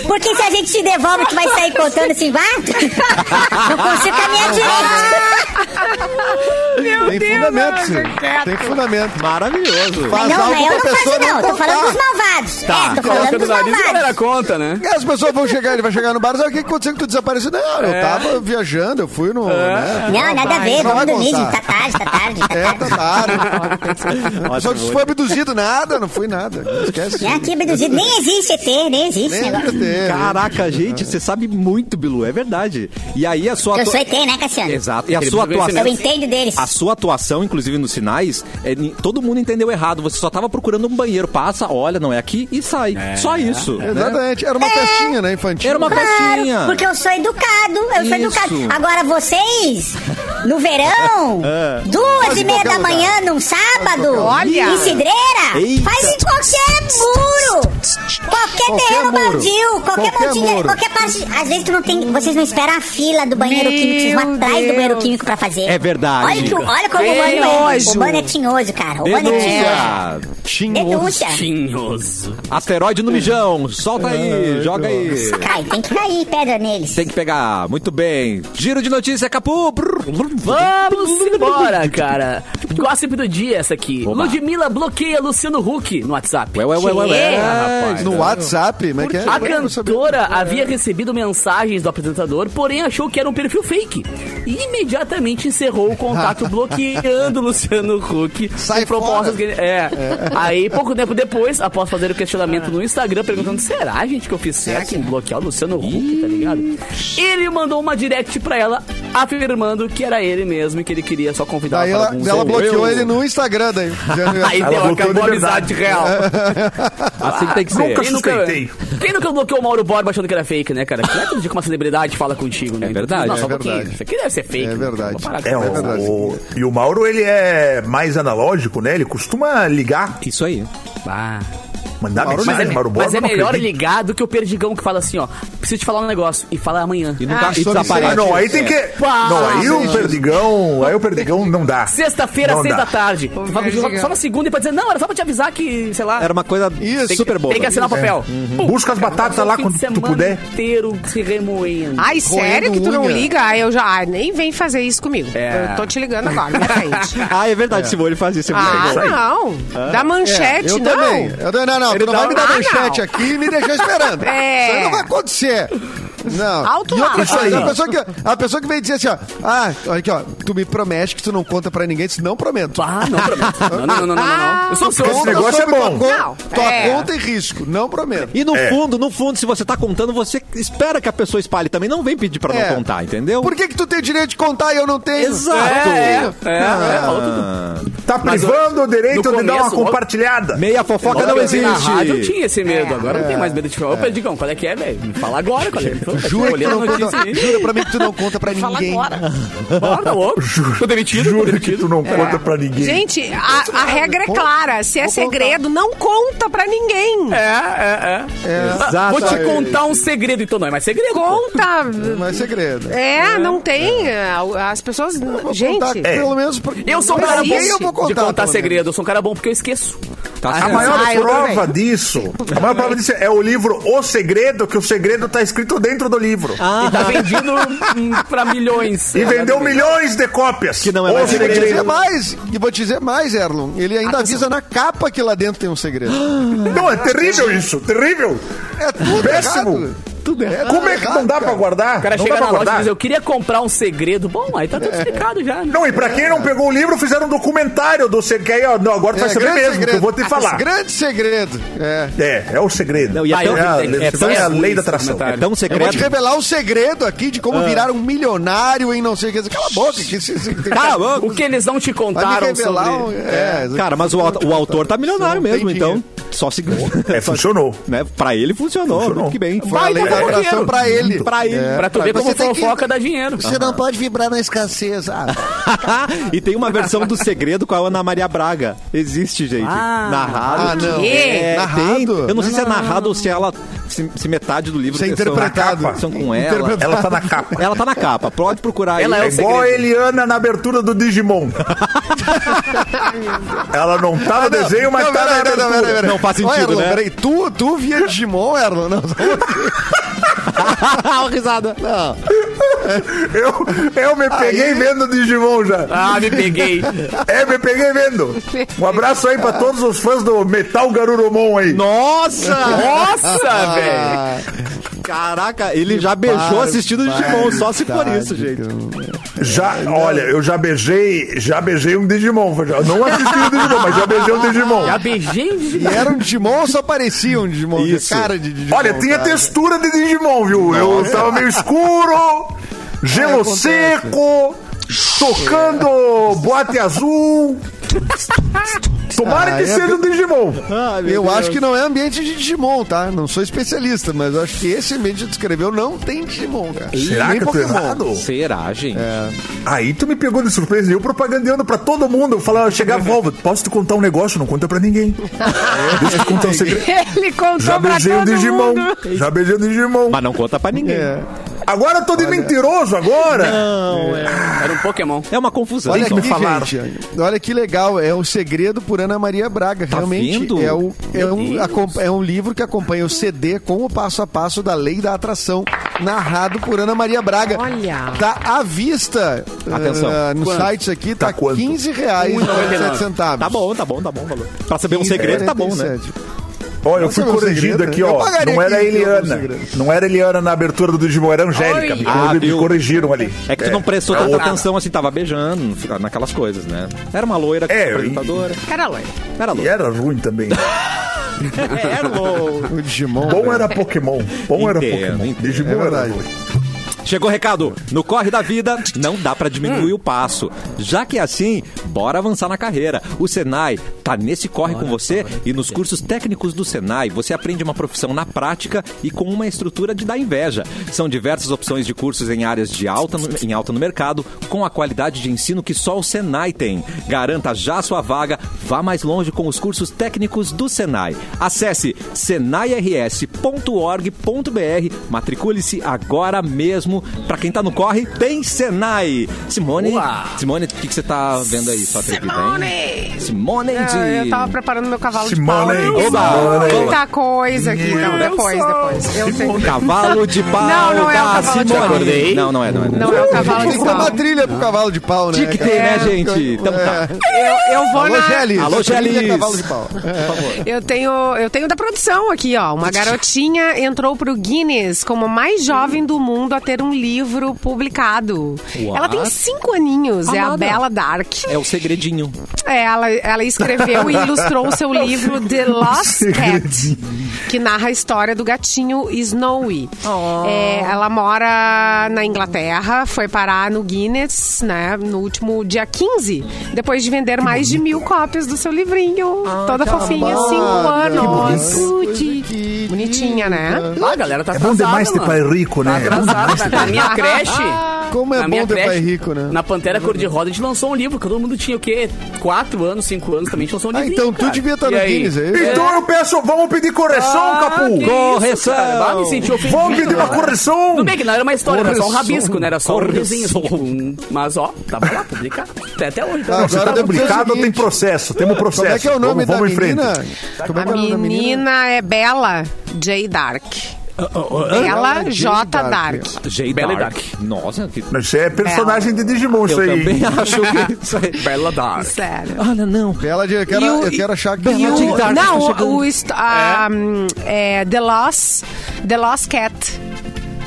Porque se a gente te devolve, tu vai sair contando assim, vá? Não consigo caminhar direito.
Tem fundamento, sim. Tem
[laughs]
fundamento.
Maravilhoso.
Faz
Não,
algo
mas
pra
eu não faço
pessoa
não,
não tá.
tô falando dos
contar.
malvados. é, tô falando
Colocando o
dos
nariz, a
malvados.
galera conta, né?
E As pessoas vão chegar, ele vai chegar no bar e dizer, o que
É.
que aconteceu que tu desapareceu? Não, eu tava viajando, eu fui no... né?
Não, nada a
vai,
ver,
não
vamos
vai
dormir,
contar.
gente, tá tarde, tá tarde, tá
É,
tarde.
tá
[laughs]
tarde. Só que isso foi abduzido, nada, não foi nada. Esquece.
Já aqui abduzido. Nem existe ET, nem existe esse
Nem
É
ter.
negócio.
né?
Caraca, gente, você sabe muito, Bilu, é verdade. E aí a sua
Eu
atua-
sou ET, né, Cassiano?
Exato. E a sua
Eu
atuação.
entendo deles.
A sua atuação, inclusive nos sinais, é, ni- todo mundo entendeu errado. Você só tava procurando um banheiro. Passa, olha, não é aqui e sai. Só isso.
É.
né?
Exatamente.
É.
Era uma festinha, né, infantil?
Era uma
Claro,
festinha.
porque eu sou educado, eu
Isso.
sou educado. Agora vocês, no verão, duas
Faz
e
em
meia
qualquer
da manhã num sábado,
Olha.
em cidreira,
Eita.
faz em qualquer muro, qualquer,
Qualquer
terreno
muro.
baldio, qualquer,
Qualquer
montinha,
muro.
qualquer parte. Às vezes tu não tem, vocês não esperam a fila do banheiro
Meu
químico, vocês vão atrás do banheiro
Deus.
químico pra fazer.
É verdade.
Olha, que, o- olha como o
Bem
mano é.
nojo.
O mano é tinhoso, cara. O mano é tinhoso.
Denúncia!
Denúncia.
Tinhoso.
Asteroide no mijão. Solta aí, joga aí.
Cai, tem que cair pedra neles.
Tem que pegar. Muito bem. Giro de notícia, Capu. Brrr, brrr, brrr.
Vamos embora, cara. Gossip do dia essa aqui.
Oba.
Ludmilla bloqueia Luciano Huck no WhatsApp.
Ué, ué, ué, ué, ué. Ah,
Tchê, rapaz.
No WhatsApp, como é que é?
A
Eu não sabia.
cantora havia recebido mensagens do apresentador, porém achou que era um perfil fake. E imediatamente encerrou o
[laughs]
contato bloqueando Luciano Huck.
Sai
com propostas
fora.
que ele- é. Aí, pouco tempo depois, após fazer o
É.
questionamento no Instagram, perguntando: será, gente, que eu fiz certo em bloquear o Luciano Huck, tá ligado? Ele mandou uma direct pra ela, afirmando que era ele mesmo e que ele queria só convidar
Daí
para
ela,
alguns
ela
eventos.
bloqueou ele no Instagram daí.
[laughs]
Dizendo-
Aí
Ela
deu,
bloqueou
acabou a
de
amizade
verdade.
É.
real.
Assim que tem que ser.
Ah, Nunca
Quem nunca,
suspeitei.
quem nunca bloqueou o Mauro Borba achando que era fake, né, cara? Não é todo dia que uma celebridade fala contigo, né?
É verdade,
Então,
é
só um pouquinho.
verdade.
Isso aqui deve ser fake.
É
né?
verdade.
Vou parar com
É,
isso.
É
o,
verdade.
o- e o Mauro, ele é mais analógico, né? Ele costuma ligar,
Isso aí.
Ah,
mandar
Mauro
mensagem.
não.
Mauro Borba,
Mas é
não
melhor
acredito.
ligar do que o perdigão que fala assim, ó. Preciso te falar um negócio e fala amanhã.
E, nunca,
Ah,
e
sobre
desaparece. É.
Ah, não, aí tem que.
Pá,
não, aí o
gente.
Perdigão. Aí o Perdigão não dá.
Sexta-feira,
Não
seis
dá.
da tarde. Vai-
Perdigão.
Só na segunda e pra dizer, não, era só pra te avisar que, sei lá.
Era uma coisa
Isso.
super boa.
Tem que assinar o papel.
né? É. Uhum.
um
Busca as batatas lá
Fim de
quando tu
semana
puder.
inteiro se remoendo.
Ai, sério que tu não
unha.
liga? Ai, eu já. Ai, nem vem fazer isso comigo.
É.
Eu tô te ligando agora,
[laughs]
na frente.
Ah, é verdade, Simone faz isso. é muito
Ah,
legal.
não. Dá manchete,
É, eu
é não.
também. Eu, não, não, não. Tu não vai me dar
Ah,
manchete
não.
aqui e me deixar esperando.
É.
Isso aí não vai acontecer. Não.
Alto
e outra
lá.
coisa, a pessoa, que, a pessoa que vem dizer assim, ó. Ah, olha aqui, ó. Tu me promete que tu não conta pra ninguém. Disse, não prometo.
Ah, não, prometo. Não, não, não, não, não, não. Eu sou seu.
Conta
negócio
sobre
é bom.
Tua, con-
Não,
tua
é.
conta e risco. Não prometo.
E no fundo, no fundo, se você tá contando, você espera que a pessoa espalhe também. Não vem pedir pra
É.
não contar, entendeu?
Por que que tu tem o direito de contar e eu não tenho?
Exato.
É, é, é, falou tudo.
Tá
Mas
privando
eu-
o direito
no
de dar uma
começo, ó,
compartilhada.
Meia fofoca não
Quando eu vim
existe.
na rádio, eu tinha esse medo,
É.
agora não tem mais medo de falar. Ô, Perdigão, qual é que é, velho? Me fala agora, qual é. Eu
Jura, que
olhei
tu
a
não
notícia
conta,
aí.
jura pra mim que tu não conta pra ninguém.
Fala, assim. tá louco? Tô demitido, tô
Juro que
demitido.
tu não conta pra ninguém.
Gente, a, a regra é clara. Se é segredo, não conta pra ninguém.
É, é, é. Vou te contar um segredo, então não é mais segredo. pô.
Conta.
Não é segredo.
É, não tem. As pessoas.
Contar, é
Gente.
Pelo menos pra-
Eu sou um
pra
cara bom
ninguém eu vou
de
contar,
contar
pelo
segredo. Eu sou um cara bom porque eu esqueço.
A maior prova disso, a maior prova disso é o livro O Segredo, que o segredo tá escrito dentro do livro.
E tá vendido hum, pra milhões.
E vendeu um milhões de cópias.
Que não é
O
mais
E vou te
segredo.
dizer mais, e vou te dizer mais, Erlon. Ele ainda avisa na capa que lá dentro tem um segredo.
Não, é terrível isso, terrível.
É tudo
Péssimo.
errado.
Tudo errado. Como é que não dá pra guardar?
O cara
não
chega
dá
na
pra
loja e
guardar.
diz, eu queria comprar um segredo. Bom, aí tá tudo explicado já, né?
Não, e pra quem não pegou o livro, fizeram um documentário do segredo. Que aí, ó, não, agora tu vai
É,
saber
grande
mesmo, que
segredo. tá
eu vou te falar.
Grande segredo. É.
É, é o segredo.
Não, e é
Ah,
tão-
a-
é tão-
é a lei da atração.
É tão
Eu vou
secreto.
te revelar o segredo aqui de como virar um milionário em não sei o que. Cala a boca. Que se, se,
Tá bom.
O que eles não te
vai me
contaram
revelar
sobre...
um... É,
Cara, mas o, au- o autor tá milionário
Não tem
mesmo,
dinheiro.
então. [laughs] Só se.
É, funcionou.
né? Pra ele funcionou,
Funcionou.
muito que bem.
Foi a lei da atração pra ele.
Pra ele.
É,
Pra tu ver
você
como
tem que-
fofoca dá dinheiro.
Você não pode vibrar na escassez. Ah,
[laughs] e tem uma versão do segredo com a Ana Maria Braga. Existe, gente.
Ah.
narrado.
Ah, não.
É,
Narrado?
tem. Eu não, sei se é
Não, não,
narrado ou se ela. Se, se metade do livro
Isso é
são-
interpretado.
São com ela.
Interpretado.
Ela tá na capa.
Ela tá na capa, pode procurar aí.
Ela
É
é o
igual a
segredo.
Eliana na abertura do Digimon. Ela não tá no desenho, mas tá na
Ah, peraí,
abertura.
peraí, peraí.
Não faz
Ô,
sentido,
Erlon,
né?
Peraí, tu, tu via Digimon, Erlon? Não,
Ah, risada.
não.
Eu, [laughs] eu me peguei vendo Digimon já.
Ah, me peguei.
É, me peguei vendo. Um abraço aí pra todos os fãs do Metal Garurumon aí.
Nossa!
[laughs]
Nossa, velho.
Caraca, ele já beijou assistindo Digimon, só se for isso, gente.
Já, olha, eu já beijei, já beijei um Digimon. já- Não assisti o Digimon, mas já beijei um Digimon.
Já beijei o
E
Digimon.
era um Digimon ou só parecia um Digimon? Tinha
Isso.
Cara de Digimon.
Olha, tinha
cara.
textura de Digimon, viu? Eu tava meio [laughs] escuro, gelo
acontece.
seco, tocando boate azul. Tomara
Ah,
que
é-
seja um Digimon.
Eu acho que não é ambiente de Digimon, tá? Não sou especialista, mas eu acho que esse ambiente que tu descreveu não tem Digimon, cara.
Será
Nem
que eu tô errado?
Será, gente?
Aí tu me pegou de surpresa e eu propagandeando pra todo mundo. Eu falava, chegava, Volvo, posso te contar um negócio? Não conta pra [laughs] ninguém. Deixa eu te contar um segredo.
Ele contou
Já
pra
beijei o
todo
Digimon.
mundo.
Já beijei o Digimon.
Mas não conta pra ninguém. É,
Agora eu tô de mentiroso agora.
Era um Pokémon.
É uma confusão.
Olha
só.
aqui, gente. Olha que legal. É o segredo por Ana Maria Braga. Realmente
vendo?
é o- é
Meu
um,
Deus.
acom- é um livro que acompanha o CD com o passo a passo da lei da atração, narrado por Ana Maria Braga.
Olha.
Tá à vista
Atenção.
ah, no site aqui, tá,
Tá quanto?
15 reais centavos.
Tá bom, tá bom, tá bom, valor. Pra saber um segredo, tá bom, né?
Olha, eu fui
é um
corrigido
segredo.
aqui,
Eu
ó.
pagaria
Não era a
15 euros no
Eliana.
segredo.
Não era a Eliana na abertura do Digimon, era a Angélica.
Oi.
Me,
Ah,
me
viu?
corrigiram ali.
É que tu não prestou
é
tanta
outra.
atenção assim, tava beijando, fica- naquelas coisas, né? Era uma loira
É, eu-
apresentadora.
Cara, loira.
Era
E
loira.
era ruim também.
Era loira.
O Digimon.
Bom era Pokémon. Bom era
Entendo,
Pokémon.
entendo.
Digimon
É
era
verdade.
ruim.
Chegou o recado. No corre da vida, não dá pra diminuir o passo. Já que é assim, bora avançar na carreira. O Senai tá nesse corre com você e nos cursos técnicos do Senai você aprende uma profissão na prática e com uma estrutura de dar inveja. São diversas opções de cursos em áreas de alta no- em alta no mercado, com a qualidade de ensino que só o Senai tem. Garanta já sua vaga, vá mais longe com os cursos técnicos do Senai. Acesse senairs.org.br, matricule-se agora mesmo. Pra quem tá no corre, tem Senai. Simone,
Boa.
Simone, o que, que você tá vendo aí? Só tem aqui, tem?
Simone!
Simone
é, Eu
de...
tava preparando meu cavalo
Simone,
de pau.
Simone.
Muita coisa aqui. Não, depois, depois. Eu tenho.
Cavalo de pau
Não, não é o
da
cavalo de pau.
Simone. Não, não é, não é.
Não é o cavalo
Tem
de
que dar
pau.
uma trilha pro cavalo de pau, né?
Tinha que ter, né,
cara?
gente? Então tá.
Eu, eu vou
Alô,
na...
Gelis.
Alô,
Trilha
Gelis.
Cavalo de pau.
Eu tenho, eu tenho da produção aqui, ó. Uma garotinha entrou pro Guinness como a mais jovem do mundo a ter um livro publicado. Ela tem cinco aninhos, é a
Amada.
Bela Dark.
É o segredinho.
É, ela, ela escreveu
[laughs]
e ilustrou o seu livro The Lost Cat, que narra a história do gatinho Snowy. É, ela mora na Inglaterra, foi parar no Guinness, né, no último dia 15, depois de vender mais de mil cópias do seu livrinho. Toda fofinha,
amada,
cinco anos.
Que
Bonitinha, né?
Ah, galera, tá
É bom demais ter
mano.
pai rico,
Tá
né?
atrasada. Na minha
[laughs]
creche...
Como é
na
bom
minha
ter pai
creche,
rico, né?
Na Pantera Cor-de-Rosa, a gente lançou um livro que todo mundo tinha o quê? 4 anos, 5 anos também, a gente lançou um
Ah,
livro.
então tu devia estar no Guinness, é isso?
Então eu peço, vamos pedir correção,
Ah,
Capu.
Correção.
Ah, me senti ofendido.
Vamos pedir uma
agora.
correção.
Tudo bem que não era uma história, era só um
Correção.
rabisco, né? Era só um
Correção.
desenho, assim, tipo, um- Mas, ó, tava lá, publicado. Até, até hoje.
Tá,
Tá
Se
Agora
tá
deve ser o
publicado, tem
seguinte.
processo. Temos processo.
Como é que é o nome
vamos,
da
vamos em frente.
menina? Como é
A
que é o nome da
menina é Bela J. Dark.
Ah,
Bela
J.
J.
Dark.
Dark.
J.
Bela e
Dark. Nossa, que...
Isso é personagem de
Eu
Digimon, isso aí.
também [laughs] acho que é isso aí.
Bela Dark.
Sério.
Olha, não.
Bela de, eu, quero,
E o-
eu quero achar que
E
Bela de
o-
Dark
não,
tá
o,
chegando.
o est- a, hum, é, The Lost The Lost Cat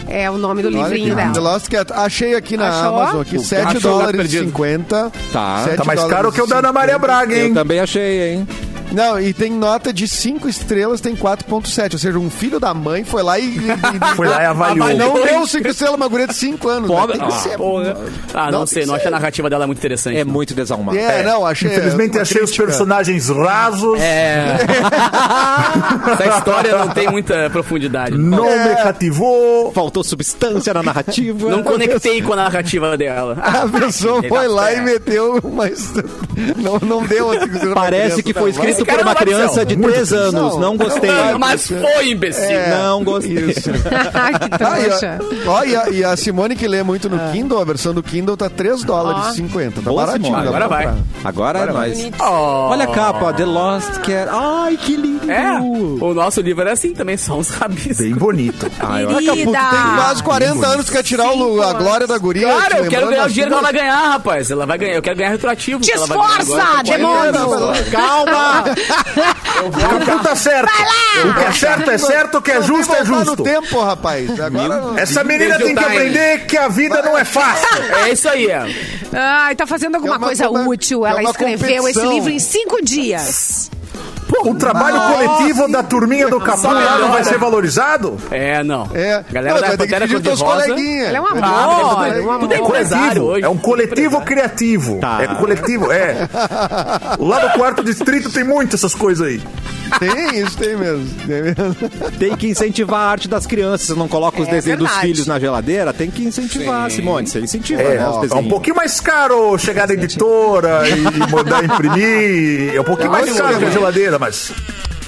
é o nome do
Olha
livrinho
aqui, The
[laughs] dela.
Lost Cat. Achei aqui na
Achou?
Amazon aqui, 7
Achou,
dólares e
perdido.
50.
Tá,
Tá mais caro que o da Ana Maria Braga,
Eu
hein?
também achei, hein?
Não, e tem nota de 5 estrelas, tem 4.7. Ou seja, um filho da mãe foi lá e... e- Ah,
Foi lá e avaliou.
Não deu 5 estrelas, uma guria de 5 anos. né?
Pobre-
Tem que
Ah,
ser-
[laughs] Ah, não,
Não,
sei, não acho que a narrativa dela é muito interessante.
É muito desalmado.
É, não, achei...
Infelizmente
uma
achei os
crítica.
personagens rasos.
É. Essa história não tem muita profundidade.
Não
É.
me cativou.
Faltou substância na narrativa.
Não conectei com a narrativa dela.
[laughs] A pessoa foi lá e meteu, mas [laughs] não, não deu. assim, você não
Parece
pensa,
que
tá?
foi
Esse
escrito
cara
por uma
não vai pro
criança
céu.
de 3 anos. Não gostei.
Ah, Mas
né?
foi, imbecil.
É,
Não gostei.
que
Ah, e,
trouxa.
a, ó, e, a, e a Simone que lê muito no Kindle, a versão do Kindle tá 3 dólares e 50. Tá
Boa,
baratinho.
Simone.
dá pra
Agora vai.
comprar.
Agora é nóis.
Oh.
Olha a capa, The Lost Cat. Ai, que lindo.
É,
Uh.
o nosso livro era assim também, só uns rabiscos.
Bem bonito.
Pô, tu
Querida.
tem quase 40 anos que quer tirar o lu- a glória da guria. te
Claro, eu quero
lembrando assim,
ganhar o
das
dinheiro que ela
tuas-
vai ganhar, rapaz. Ela vai ganhar, eu quero ganhar retroativo.
Te
que ela vai ganhar
esforça,
agora.
demônio!
Não, mas ela-
Calma!
O Capu tá certo. O que é certo é certo, o que é justo é
tá no
justo.
tempo, rapaz. Agora...
Essa menina tem que aprender que a vida não é fácil.
É isso aí. ó.
Ai, tá fazendo alguma
É uma-
coisa
uma-
útil.
é
Ela
uma
escreveu esse
competição.
livro em cinco dias.
O trabalho coletivo da turminha do Capu lá não vai ser valorizado?
É, não.
É.
Galera
Não,
da
vai ter que
Pantera
pedir pros
Cor-de-Rosa.
coleguinhas.
Ela é uma
Vai ter
amor,
que pedir
ela é
pros coleguinhas.
uma
Tudo é
amor.
empresário hoje.
É um coletivo
Empresário.
criativo.
Tá.
É coletivo, é. Lá no quarto distrito tem muitas essas coisas aí.
Tem isso, tem mesmo. Tem mesmo.
Tem que incentivar a arte das crianças. Não coloca os
É
desenhos dos
verdade.
filhos na geladeira. Tem que incentivar, Simone. Você incentiva,
É,
né? Os
é
desenhos.
um pouquinho mais caro chegar na editora e mandar imprimir. É um pouquinho mais caro que a geladeira, mas.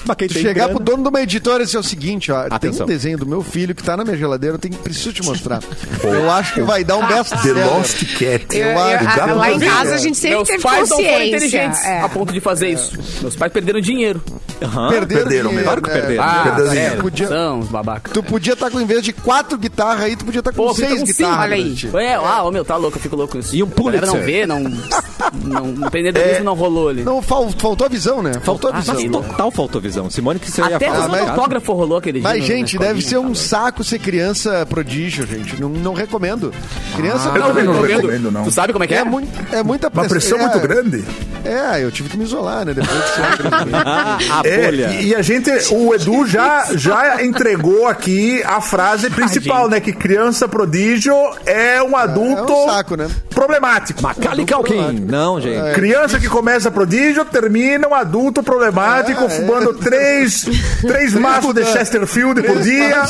Mas quem tem
Chegar
grana-
pro dono de uma editora e dizer o seguinte, ó, tem
Atenção.
um desenho do meu filho que tá na minha geladeira, eu tenho, preciso te mostrar. eu acho que vai dar um best
The Lost Cat.
Eu- eu-
acho
a-
que
lá
dá
em
pra
casa
ver. Ah,
a gente sempre
Meus
teve
pais não foram
consciência.
inteligentes
É.
a ponto de fazer isso. Meus pais perderam dinheiro.
Aham.
Perderam,
Perderam,
dinheiro,
claro que
né?
perderam.
Ah,
Perderam
é,
dinheiro. Podia-
são os babacas.
Tu podia estar com, em vez de quatro guitarras aí, tu podia estar com
Pô,
seis
então sim,
guitarras.
olha aí.
né, tio?
É, ah, ô meu, tá louco, eu fico louco com isso.
E um
A galera não
Pulitzer.
vê, não. não, não empreendedorismo não rolou ali.
Não, fal- faltou a visão, né? Faltou a
Ah,
visão.
sim.
Total faltou visão. Simone, que você ia
Até
falar? "Ah, tá,
o
mas-
autógrafo rolou aquele dia. né? no-
Mas, gente,
na
deve ser
escolinha,
um
tá
saco ser criança prodígio, gente. Não, não recomendo. Criança
eu também
prodígio
Ah, não
louco.
recomendo, não.
Tu sabe como é que é?
é, muito, é muita
Uma pressão
é-
muito grande.
É, eu tive que me isolar, né? Depois de ser grande.
né?"
Ah, a
É,
bolha.
e- e a gente, o Edu já, já entregou aqui a frase principal, né? Que criança prodígio é um adulto
saco, né?
problemático.
Macaulay Culkin. Não, gente.
Criança que começa prodígio termina um adulto problemático fumando três, três maços de Chesterfield por dia.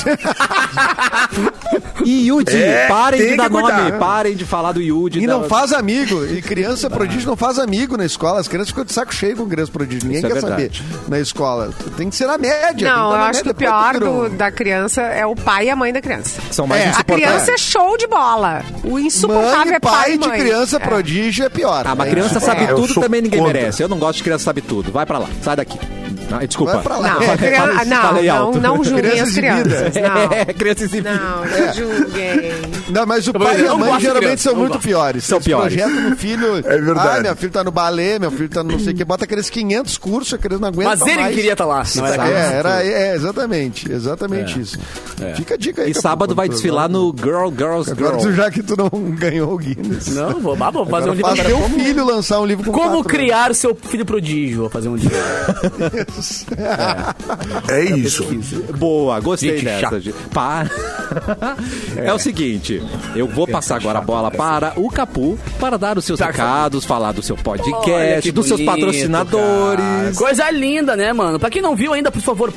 E Yudi,
É,
parem
tem
de
que
dar
cuidar.
nome. Parem de falar do Yudi.
E
da-
não faz amigo. E criança prodígio não faz amigo na escola. As crianças ficam de saco cheio com criança prodígio. Ninguém
Isso é
quer saber
verdade.
na escola. Tem que ser na média.
Não, eu
tem estar na
acho que
média.
o pior
Então tá Depois tu
do-
virou-
da criança é o pai e a mãe da criança.
São mais
É,
A
insuportáveis.
criança é show de bola. O insuportável
Mãe
é
e
pai
pai
e
de
mãe.
criança
É.
prodígio é pior.
Ah, mas
É
criança
isso.
sabe
eu
tudo
sou
também ninguém
contra.
merece. Eu não gosto de criança sabe tudo. Vai pra lá, sai daqui. Ah, desculpa.
Vai pra lá.
Não,
É,
crian-
falei-
não,
falei [laughs]
não,
alto.
não julguem as
Crianças
crianças.
É,
Não,
criança exibida.
não, não julguem.
Não, mas o
Eu
pai e a
não gosto
mãe
de
geralmente
criança,
são
não
muito
gosto.
piores.
São
Eles
piores.
Projetam no
[laughs]
filho.
É verdade.
Ah, meu filho tá no balé, meu filho tá no não sei o que. Bota aqueles 500 cursos, a criança não aguenta
Mas ele
mais.
que queria estar lá. Não era
É,
criança. É,
era, é, exatamente, exatamente isso. Fica a dica aí.
E
Capu,
sábado
quando
vai
tu-
desfilar no Girl, Girls,
Agora tu,
Girls.
já que tu não [laughs] ganhou o Guinness.
Não, vou, bah, vou fazer um
Agora
livro.
faz
agora.
teu
Como-
filho lançar um livro com
Como
quatro.
criar seu filho prodígio? Vou fazer um livro.
É isso.
Boa, gostei
Gente
dessa.
chata.
gente. Pá.
[laughs]
É. o seguinte, eu vou passar agora a bola para o Capu para dar os seus recados, falar do seu
Tá. Olha que
podcast, dos seus
bonito, cara.
patrocinadores.
Coisa linda, né, mano? Pra quem não viu ainda, por favor,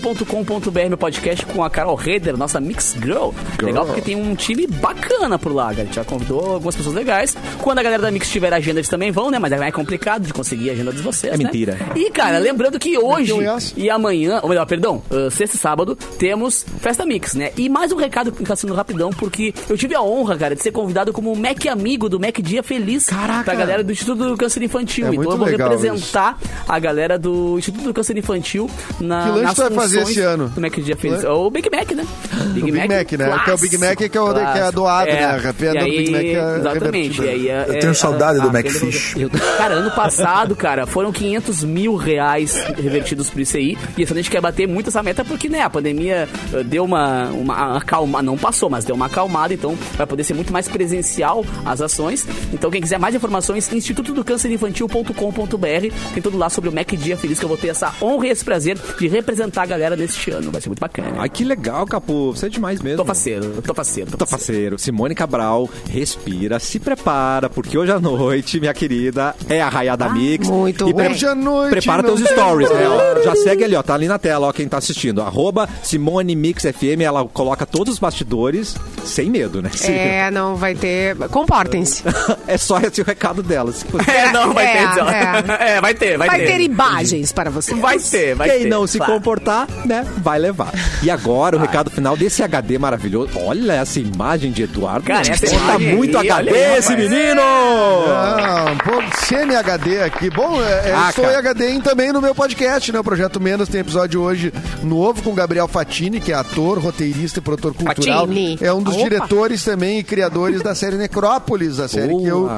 podsecast.com.br, meu podcast com a Carol Reder, nossa Mix Girl. Legal, porque tem um time bacana por lá, cara. A gente já convidou algumas pessoas legais. Quando a galera da Mix tiver agenda, eles também vão, né? Mas é complicado de conseguir a agenda de vocês,
É
né?
mentira.
E, cara, lembrando que hoje
Então é assim.
e amanhã, ou melhor, perdão, ah, sexta e sábado, temos Festa Mix, né? E mais um recado que tá sendo rapidão, porque eu tive a honra, cara, de ser convidado como Mac Amigo do Mac Dia Feliz
Caraca!
pra galera do Instituto do Câncer Infantil.
É
então
muito
eu vou
legal
representar a galera do Instituto do Câncer Infantil na
Que lanche
nas
tu vai fazer
funções
esse ano?
Do Mac Dia Feliz. O Big Mac,
[laughs]
né? Big,
Big Mac, né? Que é o Big Mac que é o- que é
clássico.
doado, né? A
E
revenda do
aí,
Big Mac é
Exatamente.
revertida.
E aí, é-
Eu
é-
tenho saudade
a-
do
a
Mac
revenda-
Fish.
eu- Cara, ano passado, cara, foram 500 mil reais revertidos pro ICI. E esse ano a gente quer bater muito essa meta porque, né, a pandemia eh, deu uma, uma acalmada, não passou, mas deu uma acalmada. Então vai poder ser muito mais presencial as ações. Então quem quiser mais informações, instituto do câncer infantil.com.br. Tem tudo lá sobre o Mac Dia Feliz que eu vou ter essa honra e esse prazer de representar a galera neste ano. Vai ser muito bacana.
Ai, que legal, Capu. Você é demais mesmo.
Tô faceiro, tô faceiro, tô
Tá
faceiro.
parceiro, Simone Cabral, respira, se prepara, porque hoje à noite, minha querida, é a Raiada Mix.
Ah, muito
E pre-
bem.
Hoje à noite
Prepara
não
teus
tem
stories, né? Ó, já segue ali, ó, tá ali na tela, ó, quem tá assistindo. Arroba Simone Mix FM, ela coloca todos os bastidores, sem medo, né? Se-
É, não vai ter. Comportem-se.
[laughs] é só esse o recado dela. Se você-
[laughs] É, não, vai
É,
ter, Zé.
é.
[laughs] É, vai ter, vai,
Vai
ter.
ter imagens para vocês.
Vai ter, vai ter.
Quem não se
claro.
comportar, né, vai levar. E agora o recado final desse HD maravilhoso. Olha essa imagem de Eduardo.
Cara, essa
Tá
imagem
muito
aí,
HD
olha aí,
esse
rapaz.
menino!
Ah, Vou semi-HD aqui. Bom, é, é,
Ah,
estou
cara.
em HD em também no meu podcast, né? O Projeto Menos tem episódio hoje novo com Gabriel Fatini, que é ator, roteirista e produtor cultural.
Fatini.
É um dos
Opa.
diretores também e criadores da série Necrópolis, a série que eu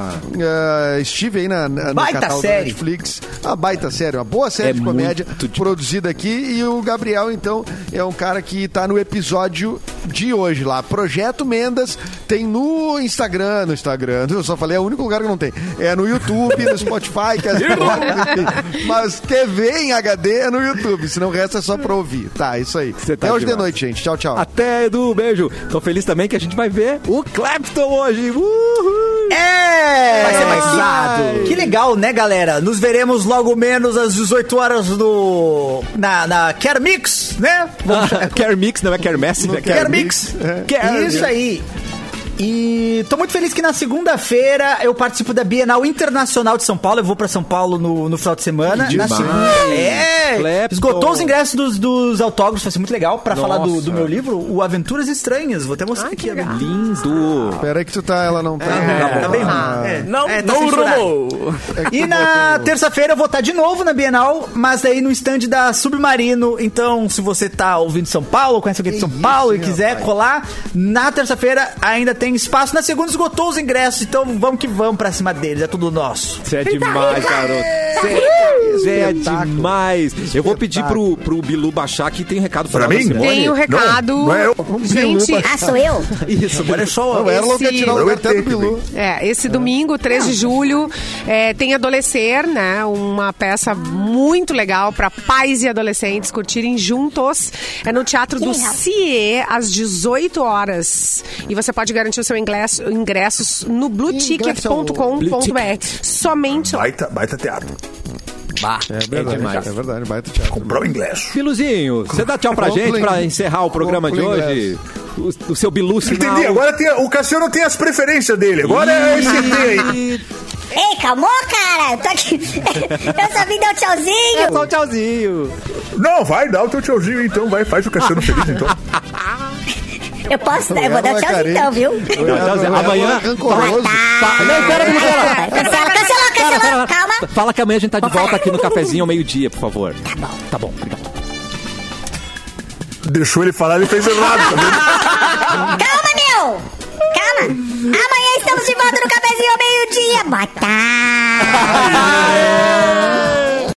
ah, estive aí na, na, no
Baita
catálogo da
série.
Netflix. Uma baita série, uma boa série
É
de comédia
muito de-
produzida aqui. E o Gabriel, então, é um cara que tá no episódio de hoje lá. Projeto Mendas tem no Instagram, no Instagram. Eu só falei, é o único lugar que não tem. É no YouTube, no Spotify, que é as Mas TV em HD é no YouTube, senão o resto é só pra ouvir. Tá, isso aí.
Você tá
Até hoje de
demais. Ah,
noite, gente. Tchau, tchau.
Até, Edu, beijo. Tô feliz também que a gente vai ver o Clapton hoje. Uhul!
É!
Vai ser mais
Que legal, né, galera? Nos veremos logo menos às 18 horas no. na, na Care Mix, né?
Ah, Care Mix, não é Care Mess, é
Care Mix.
Care
Isso aí. E tô muito feliz que na segunda-feira eu participo da Bienal Internacional de São Paulo. Eu vou pra São Paulo no, no final de semana.
demais.
Na segunda. Assim. É!
Clapton.
Esgotou os ingressos dos, dos autógrafos, vai ser muito legal. Pra falar do, do
Nossa.
meu livro, o Aventuras Estranhas. Vou até mostrar aqui. Legal.
Lindo.
Pera aí que tu tá, ela não tá.
É, tá bem ruim. É,
Não,
é, tá
não
censurado.
rolou.
E na terça-feira eu vou estar de novo na Bienal, mas aí no stand da Submarino. Então, se você tá ouvindo São Paulo, conhece alguém de São Paulo e quiser colar, na terça-feira ainda tem espaço. Na segunda esgotou os ingressos, então vamos que vamos pra cima deles, é tudo nosso.
Você é demais, garoto. Você é demais. Eu vou pedir pro, pro Bilu baixar que tem um recado
Pra
final da
mim?
semana.
Tem o
Não,
recado.
não é eu.
Gente,
Ah, sou eu?
Isso,
Olha só,
O Erlon quer
Esse-
tirar o
Eu
cartão do
ET que
Bilu.
É, esse domingo, 3 de julho, é, tem Adolescer, né? Uma peça muito legal para pais e adolescentes curtirem juntos. É no Teatro do
legal.
CIE, às 18 horas. E você pode garantir o seu ingresso, ingressos no blueticket.com.br. Somente
Baita, baita teatro.
é demais.
É verdade, baita teatro.
Comprar o ingresso.
Biluzinho, você dá tchau pra
Compre
gente
o
pra
ingresso.
encerrar o programa de
Compre o
hoje? O, o seu Bilu sinal.
Entendi, agora tem, o Cassiano tem as preferências dele. Agora é esse ET aí.
[laughs]
Ei, calmou, cara? Eu tô aqui. [laughs] eu só vim dar um tchauzinho.
Só um tchauzinho.
Não, vai, dá o teu tiozinho então, vai, faz o Cassiano feliz então.
Eu posso. Eu vou dar
Ela
um
é
tchauzinho
carente.
então, viu?
Não, tchau, Zé.
Ela é
Amanhã-
Rancoroso.
Não, pera, Bilu,
Ah, Cancela, cancela,
Cara,
cancela.
fala,
Calma.
fala que amanhã a gente tá de volta aqui no cafezinho ao meio-dia, por favor. Tá bom. Tá bom, obrigado.
[laughs] Deixou ele falar, ele fez errado. Tá vendo?
Calma, meu. Calma. Amanhã estamos de volta no cafezinho ao meio-dia. Boa tarde.